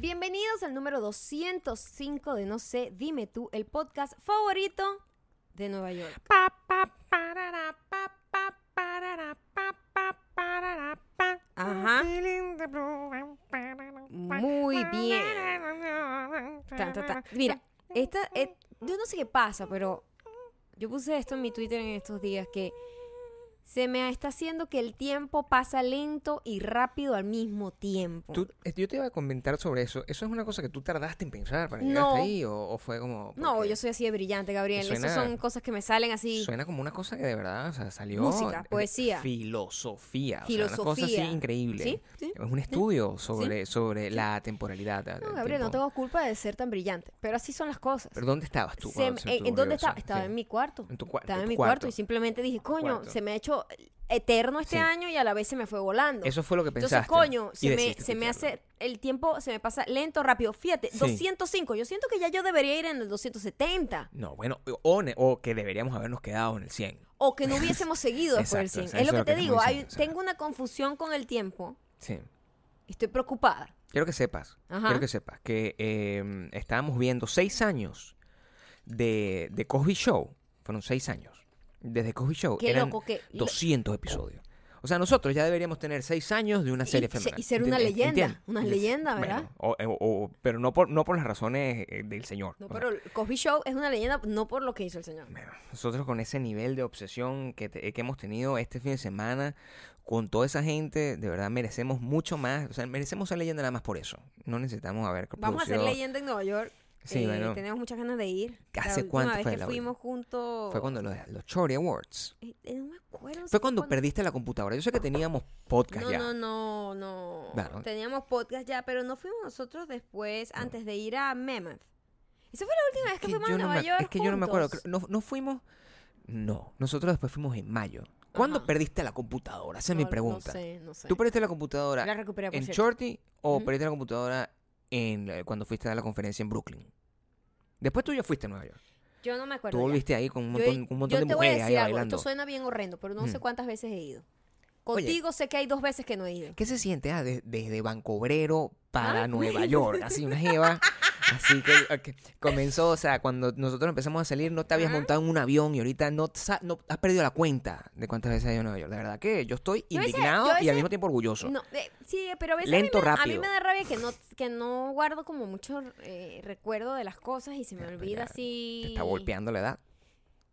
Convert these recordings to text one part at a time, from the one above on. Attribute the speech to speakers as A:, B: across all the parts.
A: Bienvenidos al número 205 de No sé, dime tú, el podcast favorito de Nueva York.
B: Pa, pa, parara, pa, pa, parara, pa, pa, parara, pa.
A: Ajá.
B: Feeling the blue, parara, pa.
A: Muy bien. Ta, ta, ta. Mira, esta, eh, yo no sé qué pasa, pero yo puse esto en mi Twitter en estos días que se me está haciendo que el tiempo pasa lento y rápido al mismo tiempo.
C: Tú- eh, yo te iba a comentar sobre eso. ¿Eso es una cosa que tú tardaste en pensar para llegar
A: No.
C: hasta ahí? ¿O, o fue como.?
A: no,
C: porque
A: yo soy así de brillante, Gabriel.
C: Suena-
A: Esas son cosas que me salen así.
C: Suena como una cosa que de verdad o sea, salió.
A: Música,
C: de-
A: poesía.
C: Filosofía. o sea, una cosa así
A: Filosofía.
C: increíble.
A: Sí, sí,
C: Es un estudio sobre, sobre la temporalidad. eh,
A: No,
C: del
A: Gabriel, no
C: tiempo.
A: tengo culpa de ser tan brillante, pero así son las cosas.
C: ¿Pero dónde estabas tú?
A: Se
C: cuando
A: me-
C: se
A: eh,
C: te
A: ¿En
C: ocurrió
A: dónde
C: eso?
A: estaba? Estaba
C: Sí.
A: en mi cuarto.
C: En tu cuarto.
A: Estaba en mi cuarto.
C: cuarto.
A: y simplemente dije, coño,
C: cuarto.
A: se me ha hecho eterno este
C: Sí.
A: año y a la vez se me fue volando.
C: Eso fue lo que
A: Entonces,
C: pensaste.
A: coño,
C: y
A: se me,
C: decidiste
A: se me
C: tuitearlo.
A: hace, el tiempo se me pasa lento, rápido. Fíjate,
C: Sí.
A: 205, yo siento que ya yo debería ir en el 270
C: No, bueno, o, ne- o que deberíamos habernos quedado en el 100.
A: o que no hubiésemos seguido por el
C: Exacto,
A: 100.
C: eso
A: Es lo que te
C: estamos
A: digo, hay-
C: diciendo, o sea.
A: tengo una confusión con el tiempo,
C: Sí.
A: estoy preocupada.
C: Quiero que sepas,
A: Ajá.
C: quiero que sepas que eh, estábamos viendo seis años de, de Cosby Show. Fueron seis años. Desde Cosby Show
A: Qué
C: Pues eran
A: loco que-
C: 200 episodios. O sea, nosotros ya deberíamos tener seis años de una
A: Y-
C: serie
A: y se-
C: femenina.
A: y ser una leyenda, una leyenda, ¿verdad?
C: pero no por, no por las razones eh, del señor.
A: No,
C: o sea,
A: pero el Cosby Show es una leyenda, no por lo que hizo el señor.
C: bueno, nosotros con ese nivel de obsesión que, te- que hemos tenido este fin de semana con toda esa gente, de verdad merecemos mucho más. O sea, merecemos ser leyenda nada más por eso. No necesitamos haber
A: Vamos a hacer
C: producido-
A: leyenda en Nueva York.
C: Sí,
A: Eh,
C: bueno.
A: Tenemos muchas ganas de ir.
C: ¿Hace
A: la última
C: cuánto
A: vez
C: fue
A: que
C: la
A: fuimos juntos?
C: Fue cuando los, los Chori Awards.
A: Eh, eh, no me acuerdo. si
C: Fue cuando perdiste la computadora. Yo sé que teníamos podcast
A: No,
C: ya.
A: no, no, no.
C: Bueno.
A: Teníamos podcast ya, pero no fuimos nosotros después, antes de ir a Mammoth. Esa fue la última vez que,
C: Que
A: fuimos
C: yo
A: a
C: no
A: Nueva
C: me,
A: York
C: es que yo no me acuerdo.
A: juntos.
C: Creo- No, no fuimos. No, nosotros después fuimos en mayo. ¿Cuándo
A: Ajá.
C: perdiste la computadora? Esa es
A: No,
C: mi pregunta.
A: No sé, no sé.
C: ¿Tú perdiste la computadora
A: La recuperé, por
C: en
A: cierto.
C: Shorty o
A: Ujú.
C: perdiste la computadora en, eh, cuando fuiste a la conferencia en Brooklyn? Después tú ya fuiste a Nueva York.
A: Yo no me acuerdo.
C: Tú
A: ya.
C: volviste ahí con un montón,
A: yo,
C: con un montón
A: yo
C: de
A: te voy a
C: mujeres ahí
A: decir algo.
C: bailando.
A: Esto suena bien horrendo, pero no sé
C: Mm.
A: cuántas veces he ido.
C: Oye.
A: Contigo sé que hay dos veces que no he ido.
C: ¿Qué se siente? Ah, de- desde Banco Obrero para
A: Ah.
C: Nueva York. Así, una jeva. Así que ok, comenzó, o sea, cuando nosotros empezamos a salir, no te habías
A: Ajá.
C: montado en un avión y ahorita no, sa- no has perdido la cuenta de cuántas veces has ido a Nueva York. De verdad que yo estoy
A: Yo a veces-
C: indignado
A: yo a
C: y
A: veces-
C: al mismo tiempo orgulloso.
A: No, eh, sí, pero a veces
C: Lento,
A: a, mí me, a mí
C: rápido.
A: me da rabia que no, que no guardo como mucho eh, recuerdo de las cosas y se me
C: Bueno,
A: olvida
C: ya,
A: así.
C: Te está golpeando la edad.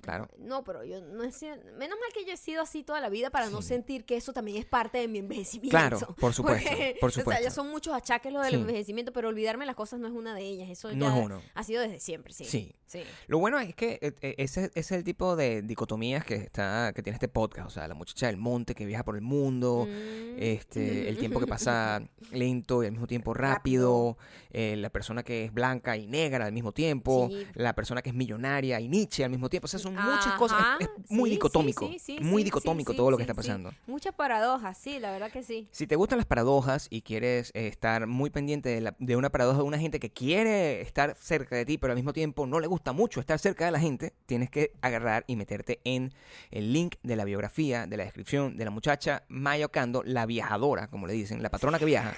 C: Claro.
A: No, pero yo no he sido- menos mal que yo he sido así toda la vida para no
C: Sí.
A: sentir que eso también es parte de mi envejecimiento.
C: Claro, por supuesto, por
A: O sea, ya
C: supuesto.
A: son muchos achaques lo del
C: Sí.
A: envejecimiento, pero olvidarme las cosas no es una de ellas. Eso
C: No
A: ya
C: es uno.
A: ha sido desde siempre, sí.
C: Sí.
A: Sí.
C: Lo bueno es que eh, eh, ese, ese es el tipo de dicotomías que está que tiene este podcast. O sea, la muchacha del monte que viaja por el mundo,
A: Mm.
C: este, el tiempo que pasa lento y al mismo tiempo rápido, eh, la persona que es blanca y negra al mismo tiempo,
A: Sí.
C: la persona que es millonaria y Nietzsche al mismo tiempo. O sea, son muchas cosas.
A: Ajá,
C: Es, es muy
A: sí, sí,
C: dicotómico.
A: sí, sí,
C: muy
A: sí,
C: dicotómico
A: sí,
C: todo lo que
A: sí,
C: está
A: sí.
C: pasando.
A: Muchas paradojas, sí, la verdad que sí.
C: Si te gustan las paradojas y quieres eh, estar muy pendiente de, la- de una paradoja de una gente que quiere estar cerca de ti, pero al mismo tiempo no le gusta mucho estar cerca de la gente, tienes que agarrar y meterte en el link de la biografía, de la descripción de la muchacha Maya Ocando, la viajadora, como le dicen, la patrona que viaja.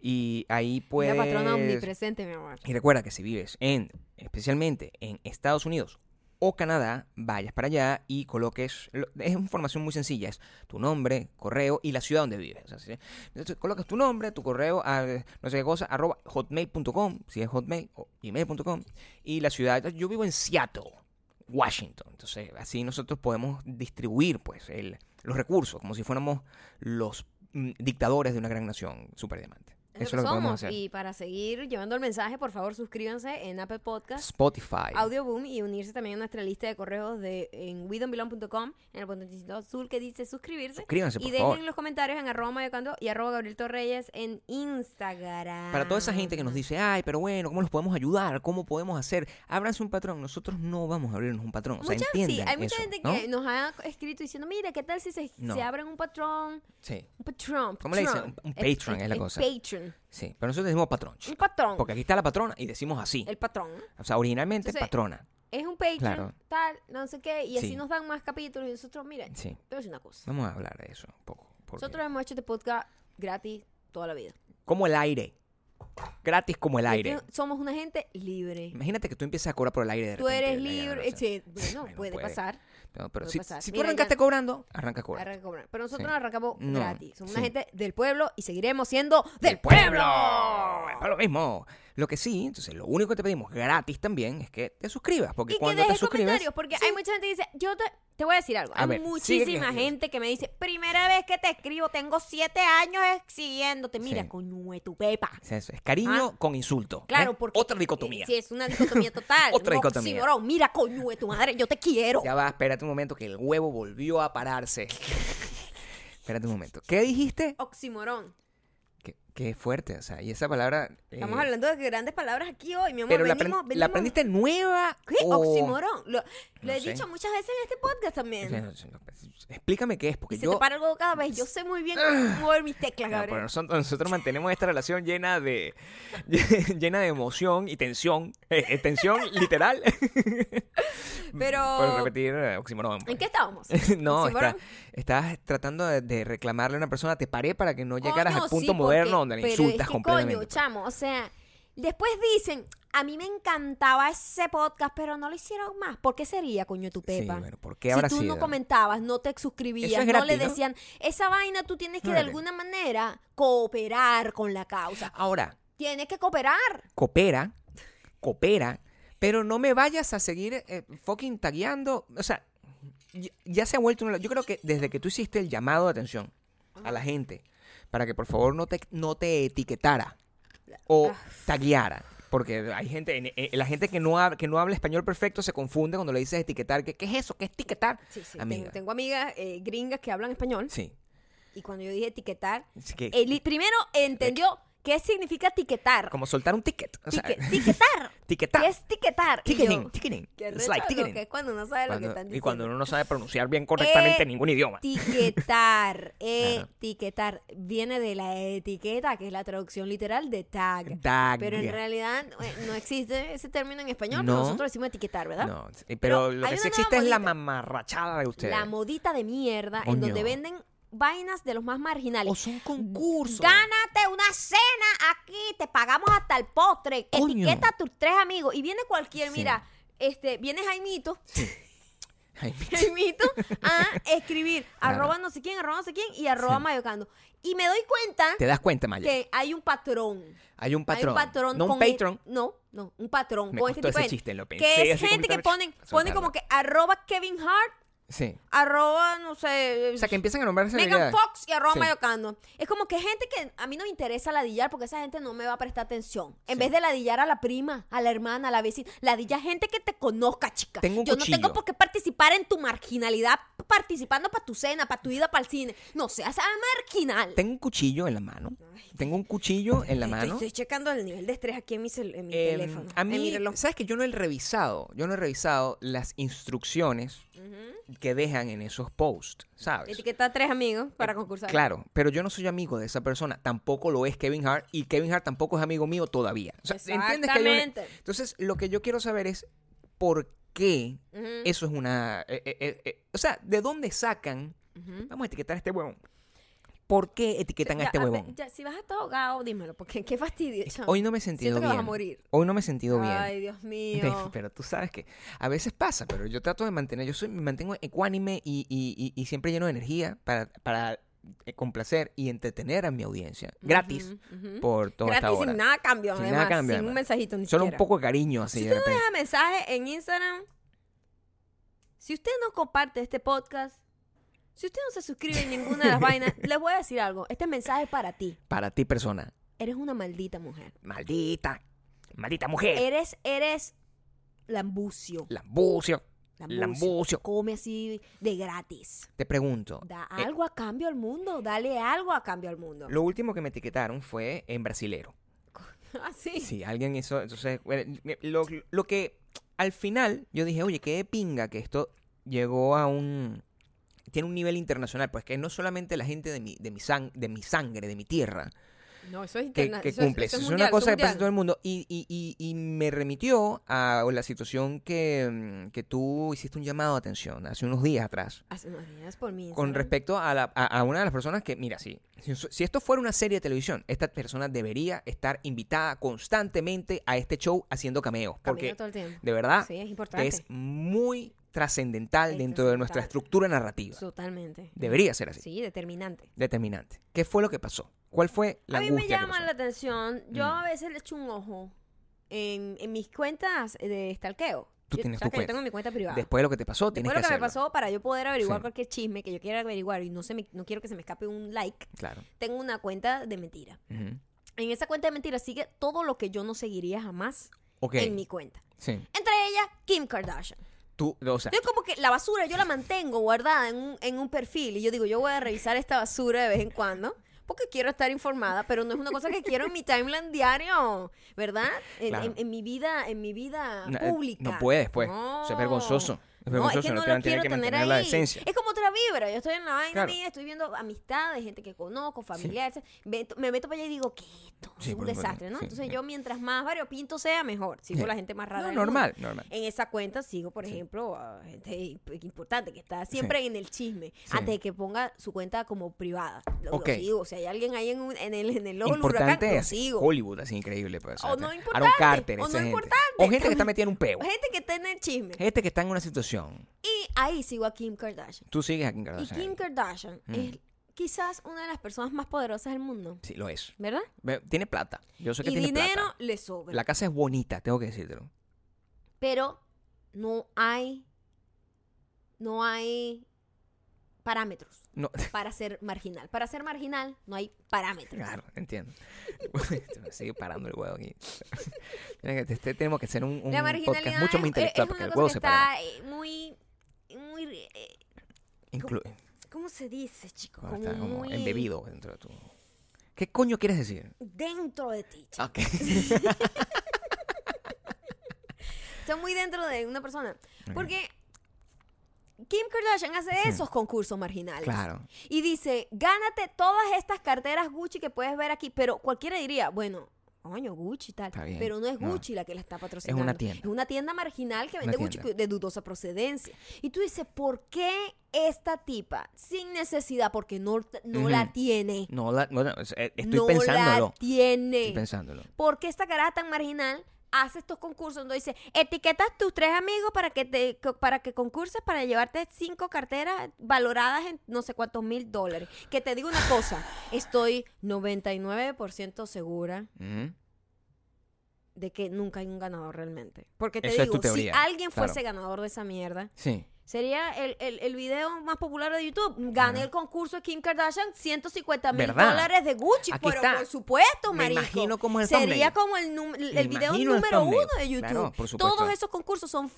C: Y ahí puedes...
A: La patrona omnipresente, mi amor.
C: Y recuerda que si vives en, especialmente en Estados Unidos o Canadá, vayas para allá y coloques, lo- es información muy sencilla, es tu nombre, correo y la ciudad donde vives. O sea, si- entonces, colocas tu nombre, tu correo, a, no sé qué cosa, arroba hotmail.com, si es hotmail o gmail.com, y la ciudad, yo vivo en Seattle, Washington. Entonces, así nosotros podemos distribuir pues el- los recursos, como si fuéramos los mm, dictadores de una gran nación super diamante. Eso es lo que podemos
A: somos.
C: hacer.
A: Y para seguir llevando el mensaje, por favor, suscríbanse en Apple Podcast,
C: Spotify.
A: Audio Boom y unirse también a nuestra lista de correos de en WeDon'tBelong.com en el botoncito azul que dice suscribirse.
C: Suscríbanse,
A: y
C: por
A: dejen
C: favor.
A: los comentarios en arroba mayocando y arroba Gabriel Torreyes en Instagram.
C: Para toda esa gente que nos dice, ay, pero bueno, ¿cómo los podemos ayudar? ¿Cómo podemos hacer? Ábranse un patrón. Nosotros no vamos a abrirnos un patrón. O sea,
A: Mucha-
C: entiendan
A: sí, hay mucha
C: eso,
A: gente
C: ¿no?
A: que nos ha escrito diciendo, mira, ¿qué tal si se,
C: No.
A: se abren un patrón?
C: Sí,
A: Un patrón.
C: ¿Cómo le dicen?
A: patrón.
C: Un- un patron es la
A: un
C: cosa.
A: Patron.
C: sí. Pero nosotros decimos patrón.
A: Un patrón.
C: Porque aquí está la patrona y decimos así.
A: El patrón.
C: O sea, originalmente
A: Entonces-
C: patrona.
A: es un Patreon,
C: Claro.
A: tal, no sé qué, y así
C: Sí.
A: nos dan más capítulos y nosotros, mira, te
C: Sí.
A: voy a decir una cosa.
C: Vamos a hablar de eso un poco. porque-
A: Nosotros hemos hecho este podcast gratis toda la vida.
C: Como el aire. gratis como el aire.
A: Nosotros Somos una gente libre.
C: Imagínate que tú empiezas a cobrar por el aire de
A: Tú
C: repente,
A: eres
C: venga,
A: libre.
C: no sé.
A: sí, bueno,
C: Bueno,
A: puede,
C: puede.
A: pasar.
C: No, pero
A: puede
C: si,
A: pasar.
C: si tú
A: Mira,
C: arrancaste
A: ya-
C: cobrando, arranca cobrando.
A: arranca a cobrar. Pero nosotros
C: Sí.
A: arrancamos
C: No,
A: gratis. Somos una
C: sí.
A: gente del pueblo y seguiremos siendo del,
C: del pueblo. Es lo mismo. Lo que sí, entonces lo único que te pedimos gratis también es que te suscribas, porque
A: Y que
C: cuando te
A: dejes
C: suscribes,
A: comentarios, porque hay mucha gente que dice, yo te, te voy a decir algo.
C: A
A: hay
C: ver, sigue que-
A: muchísima gente que me dice, primera vez que te escribo, tengo siete años siguiéndote. Mira,
C: Sí.
A: coño de tu pepa.
C: o sea, eso es cariño con insulto.
A: Ah. Claro,
C: ¿ves?
A: porque...
C: ¿Eh?
A: eh,
C: otra dicotomía.
A: Sí, es una dicotomía total.
C: Otra
A: Un
C: dicotomía.
A: oxímoron. Mira, coño de tu madre, yo te quiero.
C: Ya va, espérate un momento que el huevo volvió a pararse. espérate un momento. ¿Qué dijiste?
A: Oxímoron.
C: Qué, qué fuerte, o sea, y esa palabra eh,
A: Estamos hablando de grandes palabras aquí hoy, mi amor.
C: Pero la,
A: venimos,
C: aprend- la
A: venimos-
C: aprendiste nueva
A: ¿Qué?
C: o-
A: Oxímoron. Lo, lo
C: No
A: he
C: sé.
A: dicho muchas veces en este podcast
C: O
A: también.
C: sea, no sé, no, Explícame qué es, porque
A: Y se
C: yo Ah.
A: te para algo cada vez. Yo sé muy bien cómo mover mis teclas,
C: No, pero
A: Gabriel.
C: nosotros, nosotros mantenemos esta relación llena de llena de emoción y tensión. Eh, eh, tensión literal.
A: Pero-
C: Por repetir eh, oxímoron.
A: ¿En qué estábamos?
C: no, está-
A: ¿Oxímoron?
C: estás tratando de, de reclamarle a una persona, te paré para que no llegaras
A: Coño,
C: al punto
A: Oh, sí,
C: moderno
A: porque-
C: donde le
A: pero
C: insultas
A: es que,
C: completamente. pues?
A: Coño, chamo, o sea, después dicen, a mí me encantaba ese podcast, pero no lo hicieron más. ¿Por qué sería, coño, tu
C: Sí,
A: pepa?
C: bueno, ¿por qué habrá
A: si tú
C: sido?
A: no comentabas, no te suscribías,
C: Eso es
A: no
C: gratis,
A: le
C: ¿no?
A: decían, esa vaina tú tienes que
C: Órale.
A: de alguna manera cooperar con la causa.
C: Ahora,
A: Tienes que cooperar.
C: coopera, coopera, pero no me vayas a seguir eh, fucking tagueando. O sea, ya, ya se ha vuelto una. Yo creo que desde que tú hiciste el llamado de atención a la gente para que por favor no te, no te etiquetara o
A: Ah.
C: tagueara. Porque hay gente, en- en- la gente que no, habla, que no habla español perfecto se confunde cuando le dices etiquetar. ¿Qué, qué es eso? ¿Qué es etiquetar?
A: Sí, sí,
C: Amiga.
A: tengo, tengo amigas eh, gringas que hablan español
C: Sí.
A: y cuando yo dije etiquetar,
C: Así que-
A: Eli- primero entendió qué significa etiquetar.
C: como soltar un ticket. O sea,
A: Tique- etiquetar.
C: etiquetar.
A: ¿Qué es etiquetar? Y yo,
C: Ticketing, ticketing.
A: Qué
C: It's
A: recho
C: like
A: lo
C: ticketing.
A: que es cuando no sabe
C: Cuando-
A: lo que están diciendo. Eh,
C: y cuando uno no sabe pronunciar bien correctamente ningún idioma.
A: Etiquetar, etiquetar. Viene de la etiqueta, que es la traducción literal de tag.
C: Tag.
A: Pero en realidad eh, no existe ese término en español,
C: No.
A: pero nosotros decimos etiquetar, ¿verdad?
C: No, sí, pero,
A: Pero
C: lo
A: hay
C: que sí
A: una
C: existe es la
A: modita.
C: mamarrachada de ustedes.
A: La modita de mierda
C: Coño.
A: en donde venden vainas de los más marginales.
C: o son concursos.
A: Gánate una cena aquí, te pagamos hasta el postre.
C: Coño.
A: Etiqueta a tus tres amigos. Y viene cualquier,
C: Sí.
A: mira, este, viene Jaimito.
C: Ay, mi-
A: Jaimito a escribir
C: Claro.
A: arroba no sé quién, arroba no sé quién y arroba mayocando. Y me doy cuenta
C: Te das cuenta, Maya.
A: que hay un patrón.
C: Hay un patrón.
A: Hay un patrón
C: no un
A: con e-
C: patron.
A: no, no, un patrón
C: Me
A: con este
C: gustó
A: tipo
C: ese
A: de-
C: chiste, lo pensé
A: que es
C: así
A: gente que
C: como
A: ponen,
C: estaba-
A: ponen
C: soltarlo.
A: como que arroba Kevin Hart,
C: Sí.
A: arroba, no sé,
C: O sea, que empiezan a nombrarse
A: Megan
C: celebridades.
A: Fox y arroba
C: Sí.
A: mayocando. Es como que gente que a mí no me interesa ladillar porque esa gente no me va a prestar atención. En
C: Sí.
A: vez de ladillar a la prima, a la hermana, a la vecina, ladilla gente que te conozca, chica.
C: Tengo un
A: Yo
C: cuchillo.
A: no tengo por qué participar en tu marginalidad participando para tu cena, para tu ida para el cine. No seas ah, marginal.
C: Tengo un cuchillo en la mano. Tengo un cuchillo en la
A: Estoy-
C: mano.
A: Estoy, checando el nivel de estrés aquí en mi, cel- en mi
C: Em,
A: teléfono.
C: a
A: en mi
C: mí,
A: reloj.
C: ¿sabes que yo no he revisado? Yo no he revisado las instrucciones que dejan en esos posts, ¿sabes?
A: Etiqueta a tres amigos para concursar.
C: Eh, Claro, pero yo no soy amigo de esa persona, tampoco lo es Kevin Hart y Kevin Hart tampoco es amigo mío todavía. O sea, ¿entiendes que hay una-
A: Exactamente.
C: Entonces, lo que yo quiero saber es por qué
A: Ujú,
C: eso es una... eh, eh, eh, eh, o sea, ¿de dónde sacan?
A: ujú.
C: Vamos a etiquetar a este huevón. ¿Por qué etiquetan a
A: Ya,
C: este
A: a ver,
C: huevón?
A: ya, si vas a estar ahogado, dímelo, porque qué fastidio. chamo.
C: Hoy no me he sentido
A: Siento que
C: bien.
A: vas a morir.
C: Hoy no me he sentido bien.
A: Ay, Dios
C: Ve,
A: mío.
C: Pero tú sabes que a veces pasa, pero yo trato de mantener, yo soy, me mantengo ecuánime y, y- y- y siempre lleno de energía para, para eh, complacer y entretener a mi audiencia. Gratis
A: Ujú, ujú.
C: por toda
A: Gratis
C: esta hora.
A: sin nada cambio,
C: Sin nada
A: además.
C: cambio,
A: sin
C: además.
A: un mensajito ni
C: Solo un
A: siquiera.
C: poco de cariño así
A: Si
C: de
A: tú
C: repente.
A: Deja mensaje en Instagram. Si usted no comparte este podcast, si usted no se suscribe en ninguna de las vainas, les voy a decir algo. Este mensaje es para ti.
C: Para ti, persona.
A: Eres una maldita mujer.
C: Maldita. Maldita mujer.
A: Eres, eres lambucio.
C: Lambucio.
A: Lambucio.
C: Lambucio.
A: Come así de gratis.
C: Te pregunto.
A: Da
C: eh,
A: algo a cambio al mundo. Dale algo a cambio al mundo.
C: lo último que me etiquetaron fue en brasilero.
A: Así.
C: Sí, alguien hizo. Entonces, bueno, lo, lo que al final yo dije, oye, qué de pinga que esto llegó a un. Tiene un nivel internacional, pues que no solamente la gente de mi, de mi, sang- de mi sangre, de mi tierra,
A: No, eso es
C: que,
A: interna-
C: que
A: eso es-
C: cumples.
A: eso
C: es,
A: es
C: una
A: mundial,
C: cosa
A: eso
C: que
A: es
C: pasa en todo
A: mundial.
C: el mundo. Y, y- y- y me remitió a la situación que, mm, que tú hiciste un llamado de atención hace unos días atrás.
A: Hace unos días por mí.
C: Con respecto a, la- a- a una de las personas que, mira, sí, si, si esto fuera una serie de televisión, esta persona debería estar invitada constantemente a este show haciendo cameos. Porque,
A: todo el tiempo.
C: de verdad,
A: sí, es
C: que
A: importante.
C: es muy trascendental
A: Es
C: dentro de nuestra
A: trascendental.
C: estructura narrativa.
A: Totalmente.
C: Debería ser así.
A: Sí, determinante.
C: Determinante. ¿Qué fue lo que pasó? ¿Cuál fue la
A: a mí me
C: angustia que
A: llama
C: pasó?
A: la atención. Yo
C: Mm.
A: a veces le echo un ojo en, en mis cuentas de stalkeo.
C: Tú
A: Yo-
C: tienes
A: sabes que
C: tu
A: yo
C: cuenta.
A: tengo mi cuenta privada.
C: Después de lo que te pasó, tienes
A: Después de lo que me
C: hacerlo.
A: pasó para yo poder averiguar
C: Sí.
A: cualquier chisme que yo quiera averiguar y no se me, no quiero que se me escape un like,
C: Claro.
A: tengo una cuenta de mentira.
C: Ujú.
A: En esa cuenta de mentira sigue todo lo que yo no seguiría jamás
C: Ok.
A: en mi cuenta.
C: Sí.
A: Entre ellas, Kim Kardashian.
C: Tú, o sea,
A: Yo como que la basura yo la mantengo guardada en un, en un perfil y yo digo, yo voy a revisar esta basura de vez en cuando porque quiero estar informada, pero no es una cosa que quiero en mi timeline diario, ¿verdad? En,
C: Claro.
A: en- en mi vida, en mi vida
C: no, eh,
A: pública.
C: no puedes, pues. Eso es vergonzoso. Es
A: No,
C: vergonzoso.
A: es que no,
C: tiene-
A: lo
C: tiene
A: quiero
C: que
A: tener
C: mantener
A: ahí.
C: la esencia.
A: Es como otra vibra. Yo estoy en la vaina
C: Claro.
A: mía, estoy viendo amistades, gente que conozco, familiares. etc. Ve- Me meto para allá y digo, ¿qué es esto?
C: Sí,
A: es un
C: por supuesto.
A: desastre, ¿no?
C: Sí,
A: Entonces
C: sí.
A: yo, mientras más variopinto sea, mejor. Sigo
C: Sí.
A: la gente más rara.
C: No,
A: del mundo.
C: normal, normal.
A: En esa cuenta sigo, por
C: Sí.
A: ejemplo, a gente imp- importante que está siempre en el chisme.
C: Sí.
A: Antes de que ponga su cuenta como privada. Lo, lo
C: Ok.
A: sigo. Si hay alguien ahí en, un- en el, en el ojo del huracán,
C: Importante
A: lo
C: es
A: sigo.
C: Hollywood, así increíble. Pues,
A: O
C: ¿sabes?
A: no
C: Aaron
A: importante,
C: Carter,
A: o
C: esa
A: no
C: gente.
A: importante. Pues,
C: O gente que está metida en un peo.
A: Gente que está en el chisme.
C: Gente que está en una situación.
A: Y ahí sigo a Kim Kardashian.
C: Tú sigues aquí en
A: Y
C: Kardashian.
A: Kim Kardashian
C: Mm.
A: es quizás una de las personas más poderosas del mundo,
C: Sí, lo es.
A: ¿verdad?
C: Ve- Tiene plata. Yo sé que
A: Y
C: tiene
A: dinero
C: plata.
A: le sobra.
C: La casa es bonita, tengo que decírtelo.
A: Pero no hay, no hay parámetros
C: No,
A: para ser marginal. Para ser marginal no hay parámetros.
C: Claro, entiendo. Me sigue parando el huevo aquí. Tiene que- este- tenemos que hacer un, un
A: La
C: podcast
A: marginalidad
C: mucho
A: es-
C: más
A: es,
C: intelectual
A: es
C: porque
A: una
C: el
A: cosa
C: huevo
A: que
C: se para.
A: está eh, muy, muy, eh,
C: Inclu-
A: ¿cómo se dice, chico?
C: como está
A: Como
C: como
A: muy
C: embebido dentro de tu. ¿Qué coño quieres decir?
A: Dentro de ti. chico.
C: Ok.
A: Está muy dentro de una persona.
C: Ok.
A: Porque Kim Kardashian hace esos concursos marginales.
C: claro.
A: Y dice, gánate todas estas carteras Gucci que puedes ver aquí. Pero cualquiera diría, bueno, coño, Gucci y tal.
C: Está bien.
A: Pero no es
C: No.
A: Gucci la que la está patrocinando.
C: tienda.
A: Es una tienda marginal que
C: Una
A: vende Gucci
C: tienda.
A: de dudosa procedencia. Y tú dices, ¿por qué esta tipa, sin necesidad, porque no, no la
C: Ujú.
A: tiene?
C: No, la- no, no, es- eh, estoy
A: no la
C: pensándolo.
A: tiene.
C: Estoy pensándolo.
A: ¿Por qué esta caraja tan marginal hace estos concursos donde dice, etiquetas tus tres amigos para que te co- para que concurses para llevarte cinco carteras valoradas en no sé cuántos mil dólares? Que te digo una cosa, estoy 99% segura
C: Ujú.
A: de que nunca hay un ganador realmente. Porque te
C: Esa es
A: digo,
C: tu
A: si
C: teoría,
A: alguien
C: claro.
A: fuese ganador de esa mierda,
C: Sí.
A: sería el, el- el video más popular de YouTube. Gané
C: Ajá.
A: el concurso de Kim Kardashian 150 mil
C: ¿Verdad?
A: dólares de Gucci.
C: Aquí
A: pero
C: está.
A: por supuesto,
C: Me
A: marico.
C: imagino cómo es el
A: Sería
C: thumbnail.
A: como el, num- el
C: Me
A: video
C: imagino el
A: número
C: thumbnail.
A: uno de YouTube.
C: Claro, por supuesto.
A: Todos esos concursos son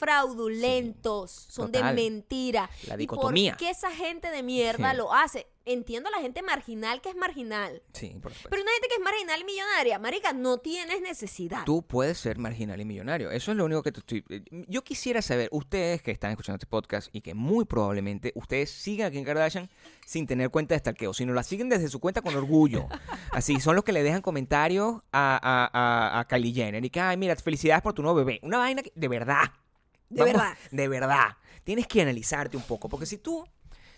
A: fraudulentos, son
C: total.
A: de mentira.
C: La
A: ¿Y
C: dicotomía.
A: por qué esa gente de mierda
C: Sí.
A: lo hace? Entiendo a la gente marginal que es marginal.
C: Sí, por supuesto.
A: Pero una gente que es marginal y millonaria, marica, no tienes necesidad.
C: Tú puedes ser marginal y millonario. Eso es lo único que te estoy. eh, Yo quisiera saber, ustedes que están escuchando este podcast y que muy probablemente ustedes sigan a Kim Kardashian sin tener cuenta de stalkeo, sino la siguen desde su cuenta con orgullo. Así, son los que le dejan comentarios a, a, a, a Kylie Jenner y que, ay, mira, felicidades por tu nuevo bebé. Una vaina que, de verdad.
A: De verdad.
C: De verdad. Tienes que analizarte un poco, porque si tú.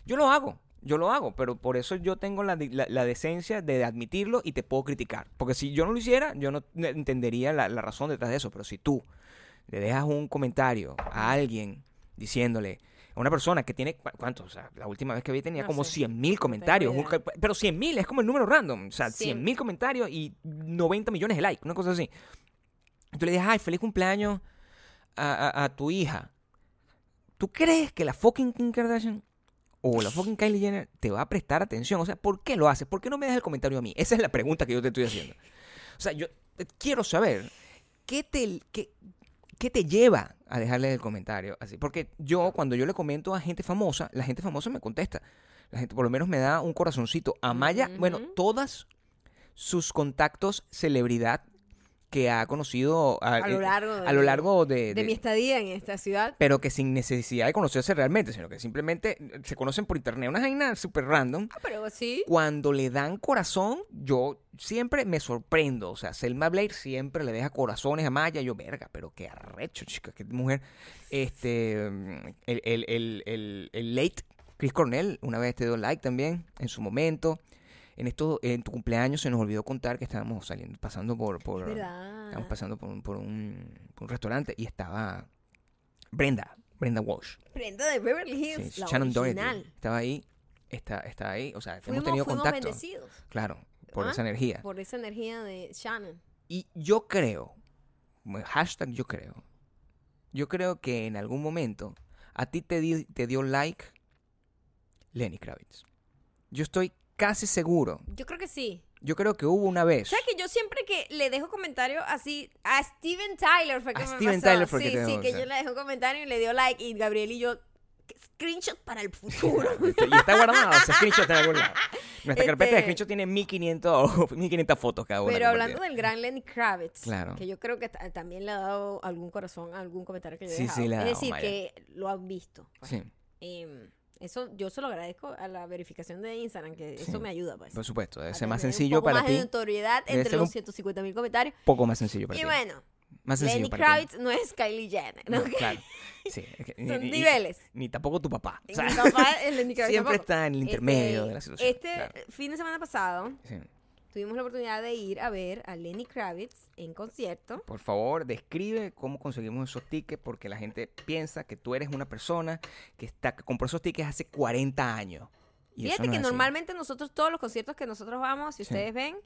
C: Yo lo hago. Yo lo hago, pero por eso yo tengo la, de- la- la decencia de admitirlo y te puedo criticar. Porque si yo no lo hiciera, yo no n- entendería la, la razón detrás de eso. Pero si tú le dejas un comentario a alguien diciéndole, a una persona que tiene, ¿cu- ¿cuánto? O sea, la última vez que vi tenía
A: No
C: como
A: sé.
C: 100 mil comentarios.
A: idea.
C: Un ca- Pero 100 mil es como el número random. O sea,
A: Cien.
C: 100 mil comentarios y 90 millones de likes, una cosa así. Y tú le dices, ay, feliz cumpleaños a, a- a tu hija. ¿Tú crees que la fucking Kim Kardashian o la fucking Kylie Jenner te va a prestar atención? O sea, ¿por qué lo haces? ¿Por qué no me das el comentario a mí? Esa es la pregunta que yo te estoy haciendo. O sea, yo eh, quiero saber qué te, qué, qué te lleva a dejarle el comentario así. Porque yo, cuando yo le comento a gente famosa, la gente famosa me contesta. La gente por lo menos me da un corazoncito. Amaya, bueno,
A: Ujú.
C: todas sus contactos celebridad que ha conocido a, eh,
A: A lo largo de
C: a lo
A: mi-
C: largo de-
A: de
C: eh, de-
A: mi estadía en esta ciudad.
C: pero que sin necesidad de conocerse realmente, sino que simplemente se conocen por internet, una vaina súper random.
A: Ah, pero sí.
C: Cuando le dan corazón, yo siempre me sorprendo. O sea, Selma Blair siempre le deja corazones a Maya. Yo, verga, pero qué arrecho, chica, qué mujer. Este, mm, el, el- el- el- el late Chris Cornell, una vez te dio like también, en su momento. En esto, en tu cumpleaños se nos olvidó contar que estábamos saliendo, pasando por, por,
A: ¿Verdad?
C: estábamos pasando por un, por un- por un restaurante y estaba Brenda, Brenda Walsh.
A: Prenda de Beverly
C: Sí,
A: Hills, la
C: Shannon
A: original.
C: Doherty. Estaba ahí, está, está ahí. O sea,
A: Fuimos,
C: hemos tenido
A: fuimos
C: contacto.
A: bendecidos
C: Claro, por
A: Ah.
C: esa energía.
A: por esa energía de Shannon.
C: Y yo creo, bueno, hashtag yo creo, yo creo que en algún momento a ti te, di- te dio like Lenny Kravitz. Yo estoy casi seguro.
A: Yo creo que sí.
C: Yo creo que hubo una vez.
A: ¿Sabes que yo siempre que le dejo comentario así a Steven Tyler fue que
C: A
A: me
C: Steven
A: pasó.
C: Tyler fue que
A: sí,
C: te
A: sí,
C: dejó,
A: que
C: sí.
A: yo le dejo comentario y le dio like y Gabriel y yo screenshot para el futuro.
C: y está guardado, ese screenshot está en algún lado. Nuestra carpeta de
A: Este-
C: screenshot tiene 1500, 1500 fotos cada una.
A: Pero hablando
C: compartida.
A: del gran Lenny Kravitz,
C: Claro.
A: que yo creo que ta- también le ha dado algún corazón a algún comentario que yo he
C: Sí,
A: dejado.
C: sí, le ha
A: es
C: dado,
A: decir,
C: vaya.
A: que lo han visto. pues.
C: Sí,
A: Em, eso yo se lo agradezco a la verificación de Instagram, que
C: Sí.
A: eso me ayuda. Pues,
C: por supuesto, debe
A: a
C: ser más
A: tener un
C: sencillo
A: poco
C: para
A: más
C: ti.
A: de notoriedad
C: Debe
A: entre
C: ser
A: los
C: un-
A: 150 mil comentarios.
C: Poco más sencillo para
A: Y
C: ti.
A: bueno,
C: más sencillo
A: Lenny
C: para ti.
A: Kravitz no es Kylie Jenner.
C: No,
A: ¿ok?
C: claro. Sí, es que ni-
A: Son
C: ni- ni-
A: niveles.
C: Ni tampoco tu papá. o sea,
A: Mi papá es Lenny Kravitz
C: siempre
A: tampoco.
C: está en el
A: Este,
C: intermedio de la situación.
A: Este
C: claro.
A: fin de semana pasado
C: Sí.
A: tuvimos la oportunidad de ir a ver a Lenny Kravitz en concierto.
C: Por favor, describe cómo conseguimos esos tickets, porque la gente piensa que tú eres una persona que está que compró esos tickets hace 40 años. Y eso
A: Fíjate
C: no
A: que
C: es así.
A: normalmente nosotros todos los conciertos que nosotros vamos, si
C: Sí.
A: ustedes ven,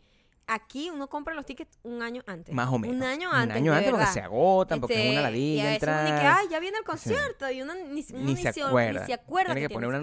A: aquí uno compra los tickets un año antes.
C: Más o menos.
A: Un año antes.
C: Un año
A: de
C: antes porque
A: verdad.
C: se agotan, porque es una
A: Este, Y a
C: ladilla
A: veces uno ni que,
C: entrar.
A: ay, ya viene el concierto. Y uno ni, uno
C: Ni se acuerda.
A: Ni se acuerda
C: Tienes que,
A: tiene
C: poner una
A: ese concierto.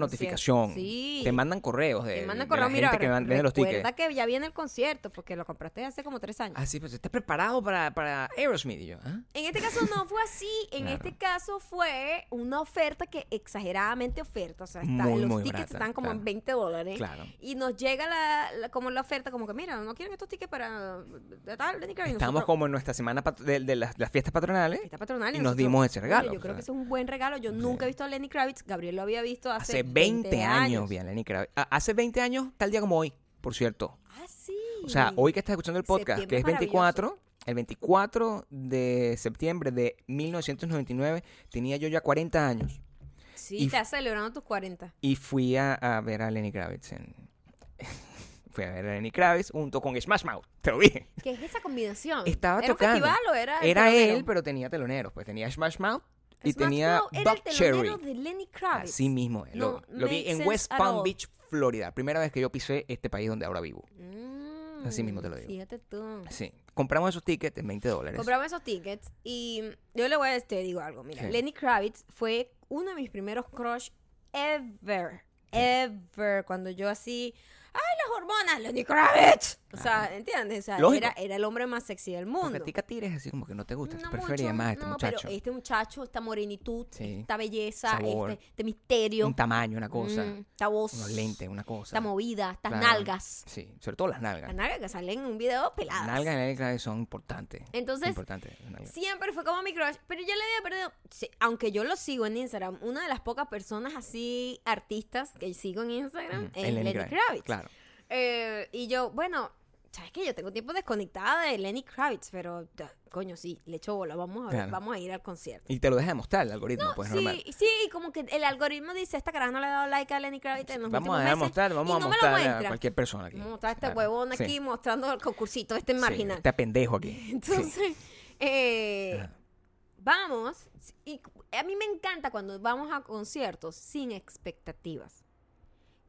C: notificación.
A: Sí.
C: Te mandan correos de,
A: Te mandan
C: de
A: correo,
C: la
A: mira,
C: gente que van- vende los tickets.
A: recuerda que ya viene el concierto, porque lo compraste hace como tres años.
C: Así, pues, ¿estás preparado para, para Aerosmith? Y yo, ¿ah?
A: En este caso no fue así, en
C: Claro.
A: este caso fue una oferta que exageradamente oferta, o sea, está-
C: Muy,
A: los
C: muy
A: tickets
C: barata,
A: están como
C: claro.
A: en 20 dólares
C: Claro.
A: y nos llega la, la- como la oferta como que mira, no quieren estos tickets para de tal, Lenny Kravitz.
C: Estamos
A: Nosotros-
C: como en nuestra semana pat- de, de las, las fiestas patronales.
A: fiesta patronal
C: y nos
A: nosotros-
C: dimos ese
A: Oye,
C: regalo,
A: Yo
C: o
A: creo que
C: sea.
A: eso es un buen regalo. Yo nunca he visto a Lenny Kravitz. Gabriel lo había visto hace,
C: Hace 20, años, bien, Lenny Kravitz. Ah, Hace 20 años, tal día como hoy, por cierto.
A: Ah, sí.
C: O sea, hoy que estás escuchando el podcast,
A: Septiembre
C: que es 24, el 24 de septiembre de 1999, tenía yo ya 40 años.
A: Sí,
C: y-
A: estás celebrando tus 40.
C: Y fui a, a ver a Lenny Kravitz en... fui a ver a Lenny Kravitz junto con Smash Mouth, te lo dije.
A: ¿Qué es esa combinación?
C: Estaba
A: ¿Era
C: tocando.
A: un festival o era el
C: Era
A: telonero?
C: él, pero tenía teloneros. Pues tenía Smash Mouth y
A: Smash
C: tenía
A: Mouth era el
C: Buck Cherry.
A: telonero de Lenny Kravitz.
C: Así mismo. es.
A: No
C: lo, lo vi
A: makes
C: en
A: sense
C: West
A: at
C: Palm
A: all.
C: Beach, Florida. Primera vez que yo pisé este país donde ahora vivo.
A: Mm,
C: Así mismo te lo digo.
A: Fíjate tú.
C: Sí. Compramos esos tickets en 20 dólares.
A: Compramos esos tickets y yo le voy a te digo algo. Mira,
C: Sí.
A: Lenny Kravitz fue uno de mis primeros crush ever. Ever. Cuando yo así. ¡Ay, las hormonas! ¡Lenny Kravitz! O sea, ¿entiendes? O sea,
C: Lógico.
A: era, era el hombre más sexy del mundo.
C: Porque a ti tires así como que no te gusta.
A: No
C: tú preferías
A: mucho,
C: más a este
A: no,
C: muchacho.
A: Pero este muchacho, esta morenitud,
C: Sí.
A: esta belleza,
C: Sabor.
A: este, este misterio.
C: Un tamaño, una cosa.
A: mm, esta voz.
C: Unos lentes, una cosa.
A: Esta movida, estas
C: Claro.
A: nalgas.
C: Sí, sobre todo las nalgas.
A: Las nalgas que salen en un video peladas.
C: Las nalgas de Lenny Kravitz son importantes.
A: Entonces,
C: Importantes, las nalgas.
A: Siempre fue como mi crush, pero yo le había perdido, sí, aunque yo lo sigo en Instagram, una de las pocas personas así, artistas que sigo en Instagram
C: Ujú,
A: es
C: el
A: Lenny
C: Kravitz,
A: Kravitz.
C: Claro.
A: Eh, y yo, bueno, sabes que yo tengo tiempo desconectada de Lenny Kravitz, pero da, coño, sí, le echo bola, vamos a ver,
C: Claro.
A: vamos a ir al concierto.
C: Y te lo deja demostrar el algoritmo, pues
A: sí,
C: normal.
A: sí, y como que el algoritmo dice, esta cara no le ha dado like a Lenny Kravitz en los
C: Vamos
A: últimos
C: a
A: meses",
C: demostrar,
A: y
C: vamos a
A: no me lo
C: mostrar a
A: muestra.
C: cualquier persona aquí.
A: Vamos a mostrar a este
C: Claro.
A: huevón
C: Sí.
A: aquí mostrando el concursito este
C: Sí,
A: marginal.
C: Este pendejo aquí. Sí. Ah.
A: Entonces, eh,
C: Ajá.
A: vamos, y cu- a mí me encanta cuando vamos a conciertos sin expectativas.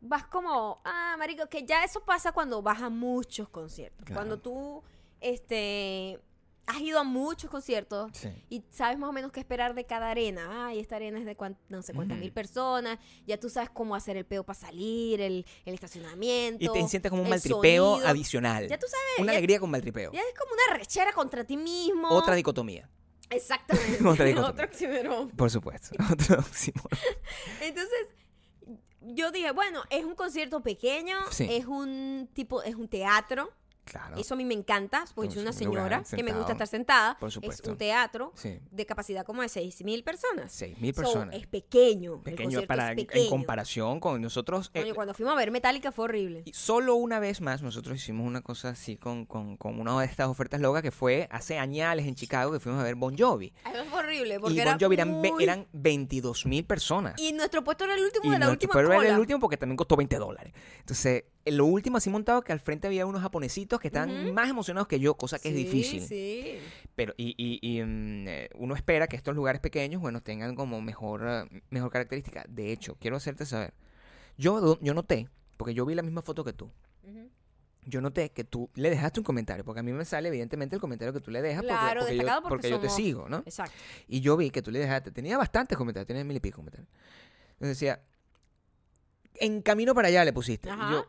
A: Vas como, ah, marico, que ya eso pasa cuando vas a muchos conciertos.
C: Claro.
A: Cuando tú, este, has ido a muchos conciertos
C: Sí.
A: y sabes más o menos qué esperar de cada arena. Ay, esta arena es de cuan- no sé cuántas
C: Ujú.
A: mil personas. Ya tú sabes cómo hacer el peo para salir, el, el estacionamiento.
C: Y te sientes como un
A: el
C: maltripeo
A: sonido.
C: adicional.
A: Ya tú sabes,
C: Una
A: ya-
C: alegría con maltripeo.
A: Ya es como una rechera contra ti mismo.
C: Otra dicotomía,
A: Exactamente.
C: Otra dicotomía.
A: Otro oxímoron.
C: por supuesto. Otro oxímoron.
A: Entonces, yo dije, bueno, es un concierto pequeño,
C: Sí. Ah.
A: es un tipo, es un teatro.
C: Claro.
A: Eso a mí me encanta, porque
C: Es
A: soy una
C: un
A: señora
C: lugar
A: que me gusta
C: sentado.
A: estar sentada.
C: Por
A: es
C: supuesto.
A: un teatro
C: Sí.
A: de capacidad como de 6.000 personas.
C: 6.000
A: So,
C: personas.
A: es pequeño. el
C: pequeño
A: concierto
C: para
A: es
C: en-
A: pequeño.
C: en comparación con nosotros. eh,
A: Coño, cuando fuimos a ver Metallica fue horrible.
C: y solo una vez más nosotros hicimos una cosa así con, con, con una de estas ofertas locas que fue hace añales en Chicago que fuimos a ver Bon Jovi.
A: Eso fue horrible, porque
C: y
A: era
C: Bon Jovi eran, ve-
A: muy-
C: eran 22 mil personas.
A: Y nuestro puesto era el último
C: Y
A: de la
C: no,
A: última
C: pero
A: cola.
C: era el último porque también costó 20 dólares. Entonces, en lo último así montado que al frente había unos japonesitos que estaban más emocionados que yo, cosa que
A: Sí,
C: es difícil.
A: sí.
C: Pero, y, y- y, mm, eh, uno espera que estos lugares pequeños, bueno, tengan como mejor, eh, mejor característica. De hecho, quiero hacerte saber. Yo, do- yo noté, porque yo vi la misma foto que tú.
A: Ujú.
C: Yo noté que tú le dejaste un comentario, porque a mí me sale evidentemente el comentario que tú le dejas porque-
A: Claro,
C: porque, yo,
A: destacado porque
C: porque yo te
A: somos-
C: sigo, ¿no?
A: Exacto.
C: Y yo vi que tú le dejaste, tenía bastantes comentarios, tenía mil y pico comentarios. Entonces decía, en camino para allá le pusiste. Y
A: Ajá.
C: yo,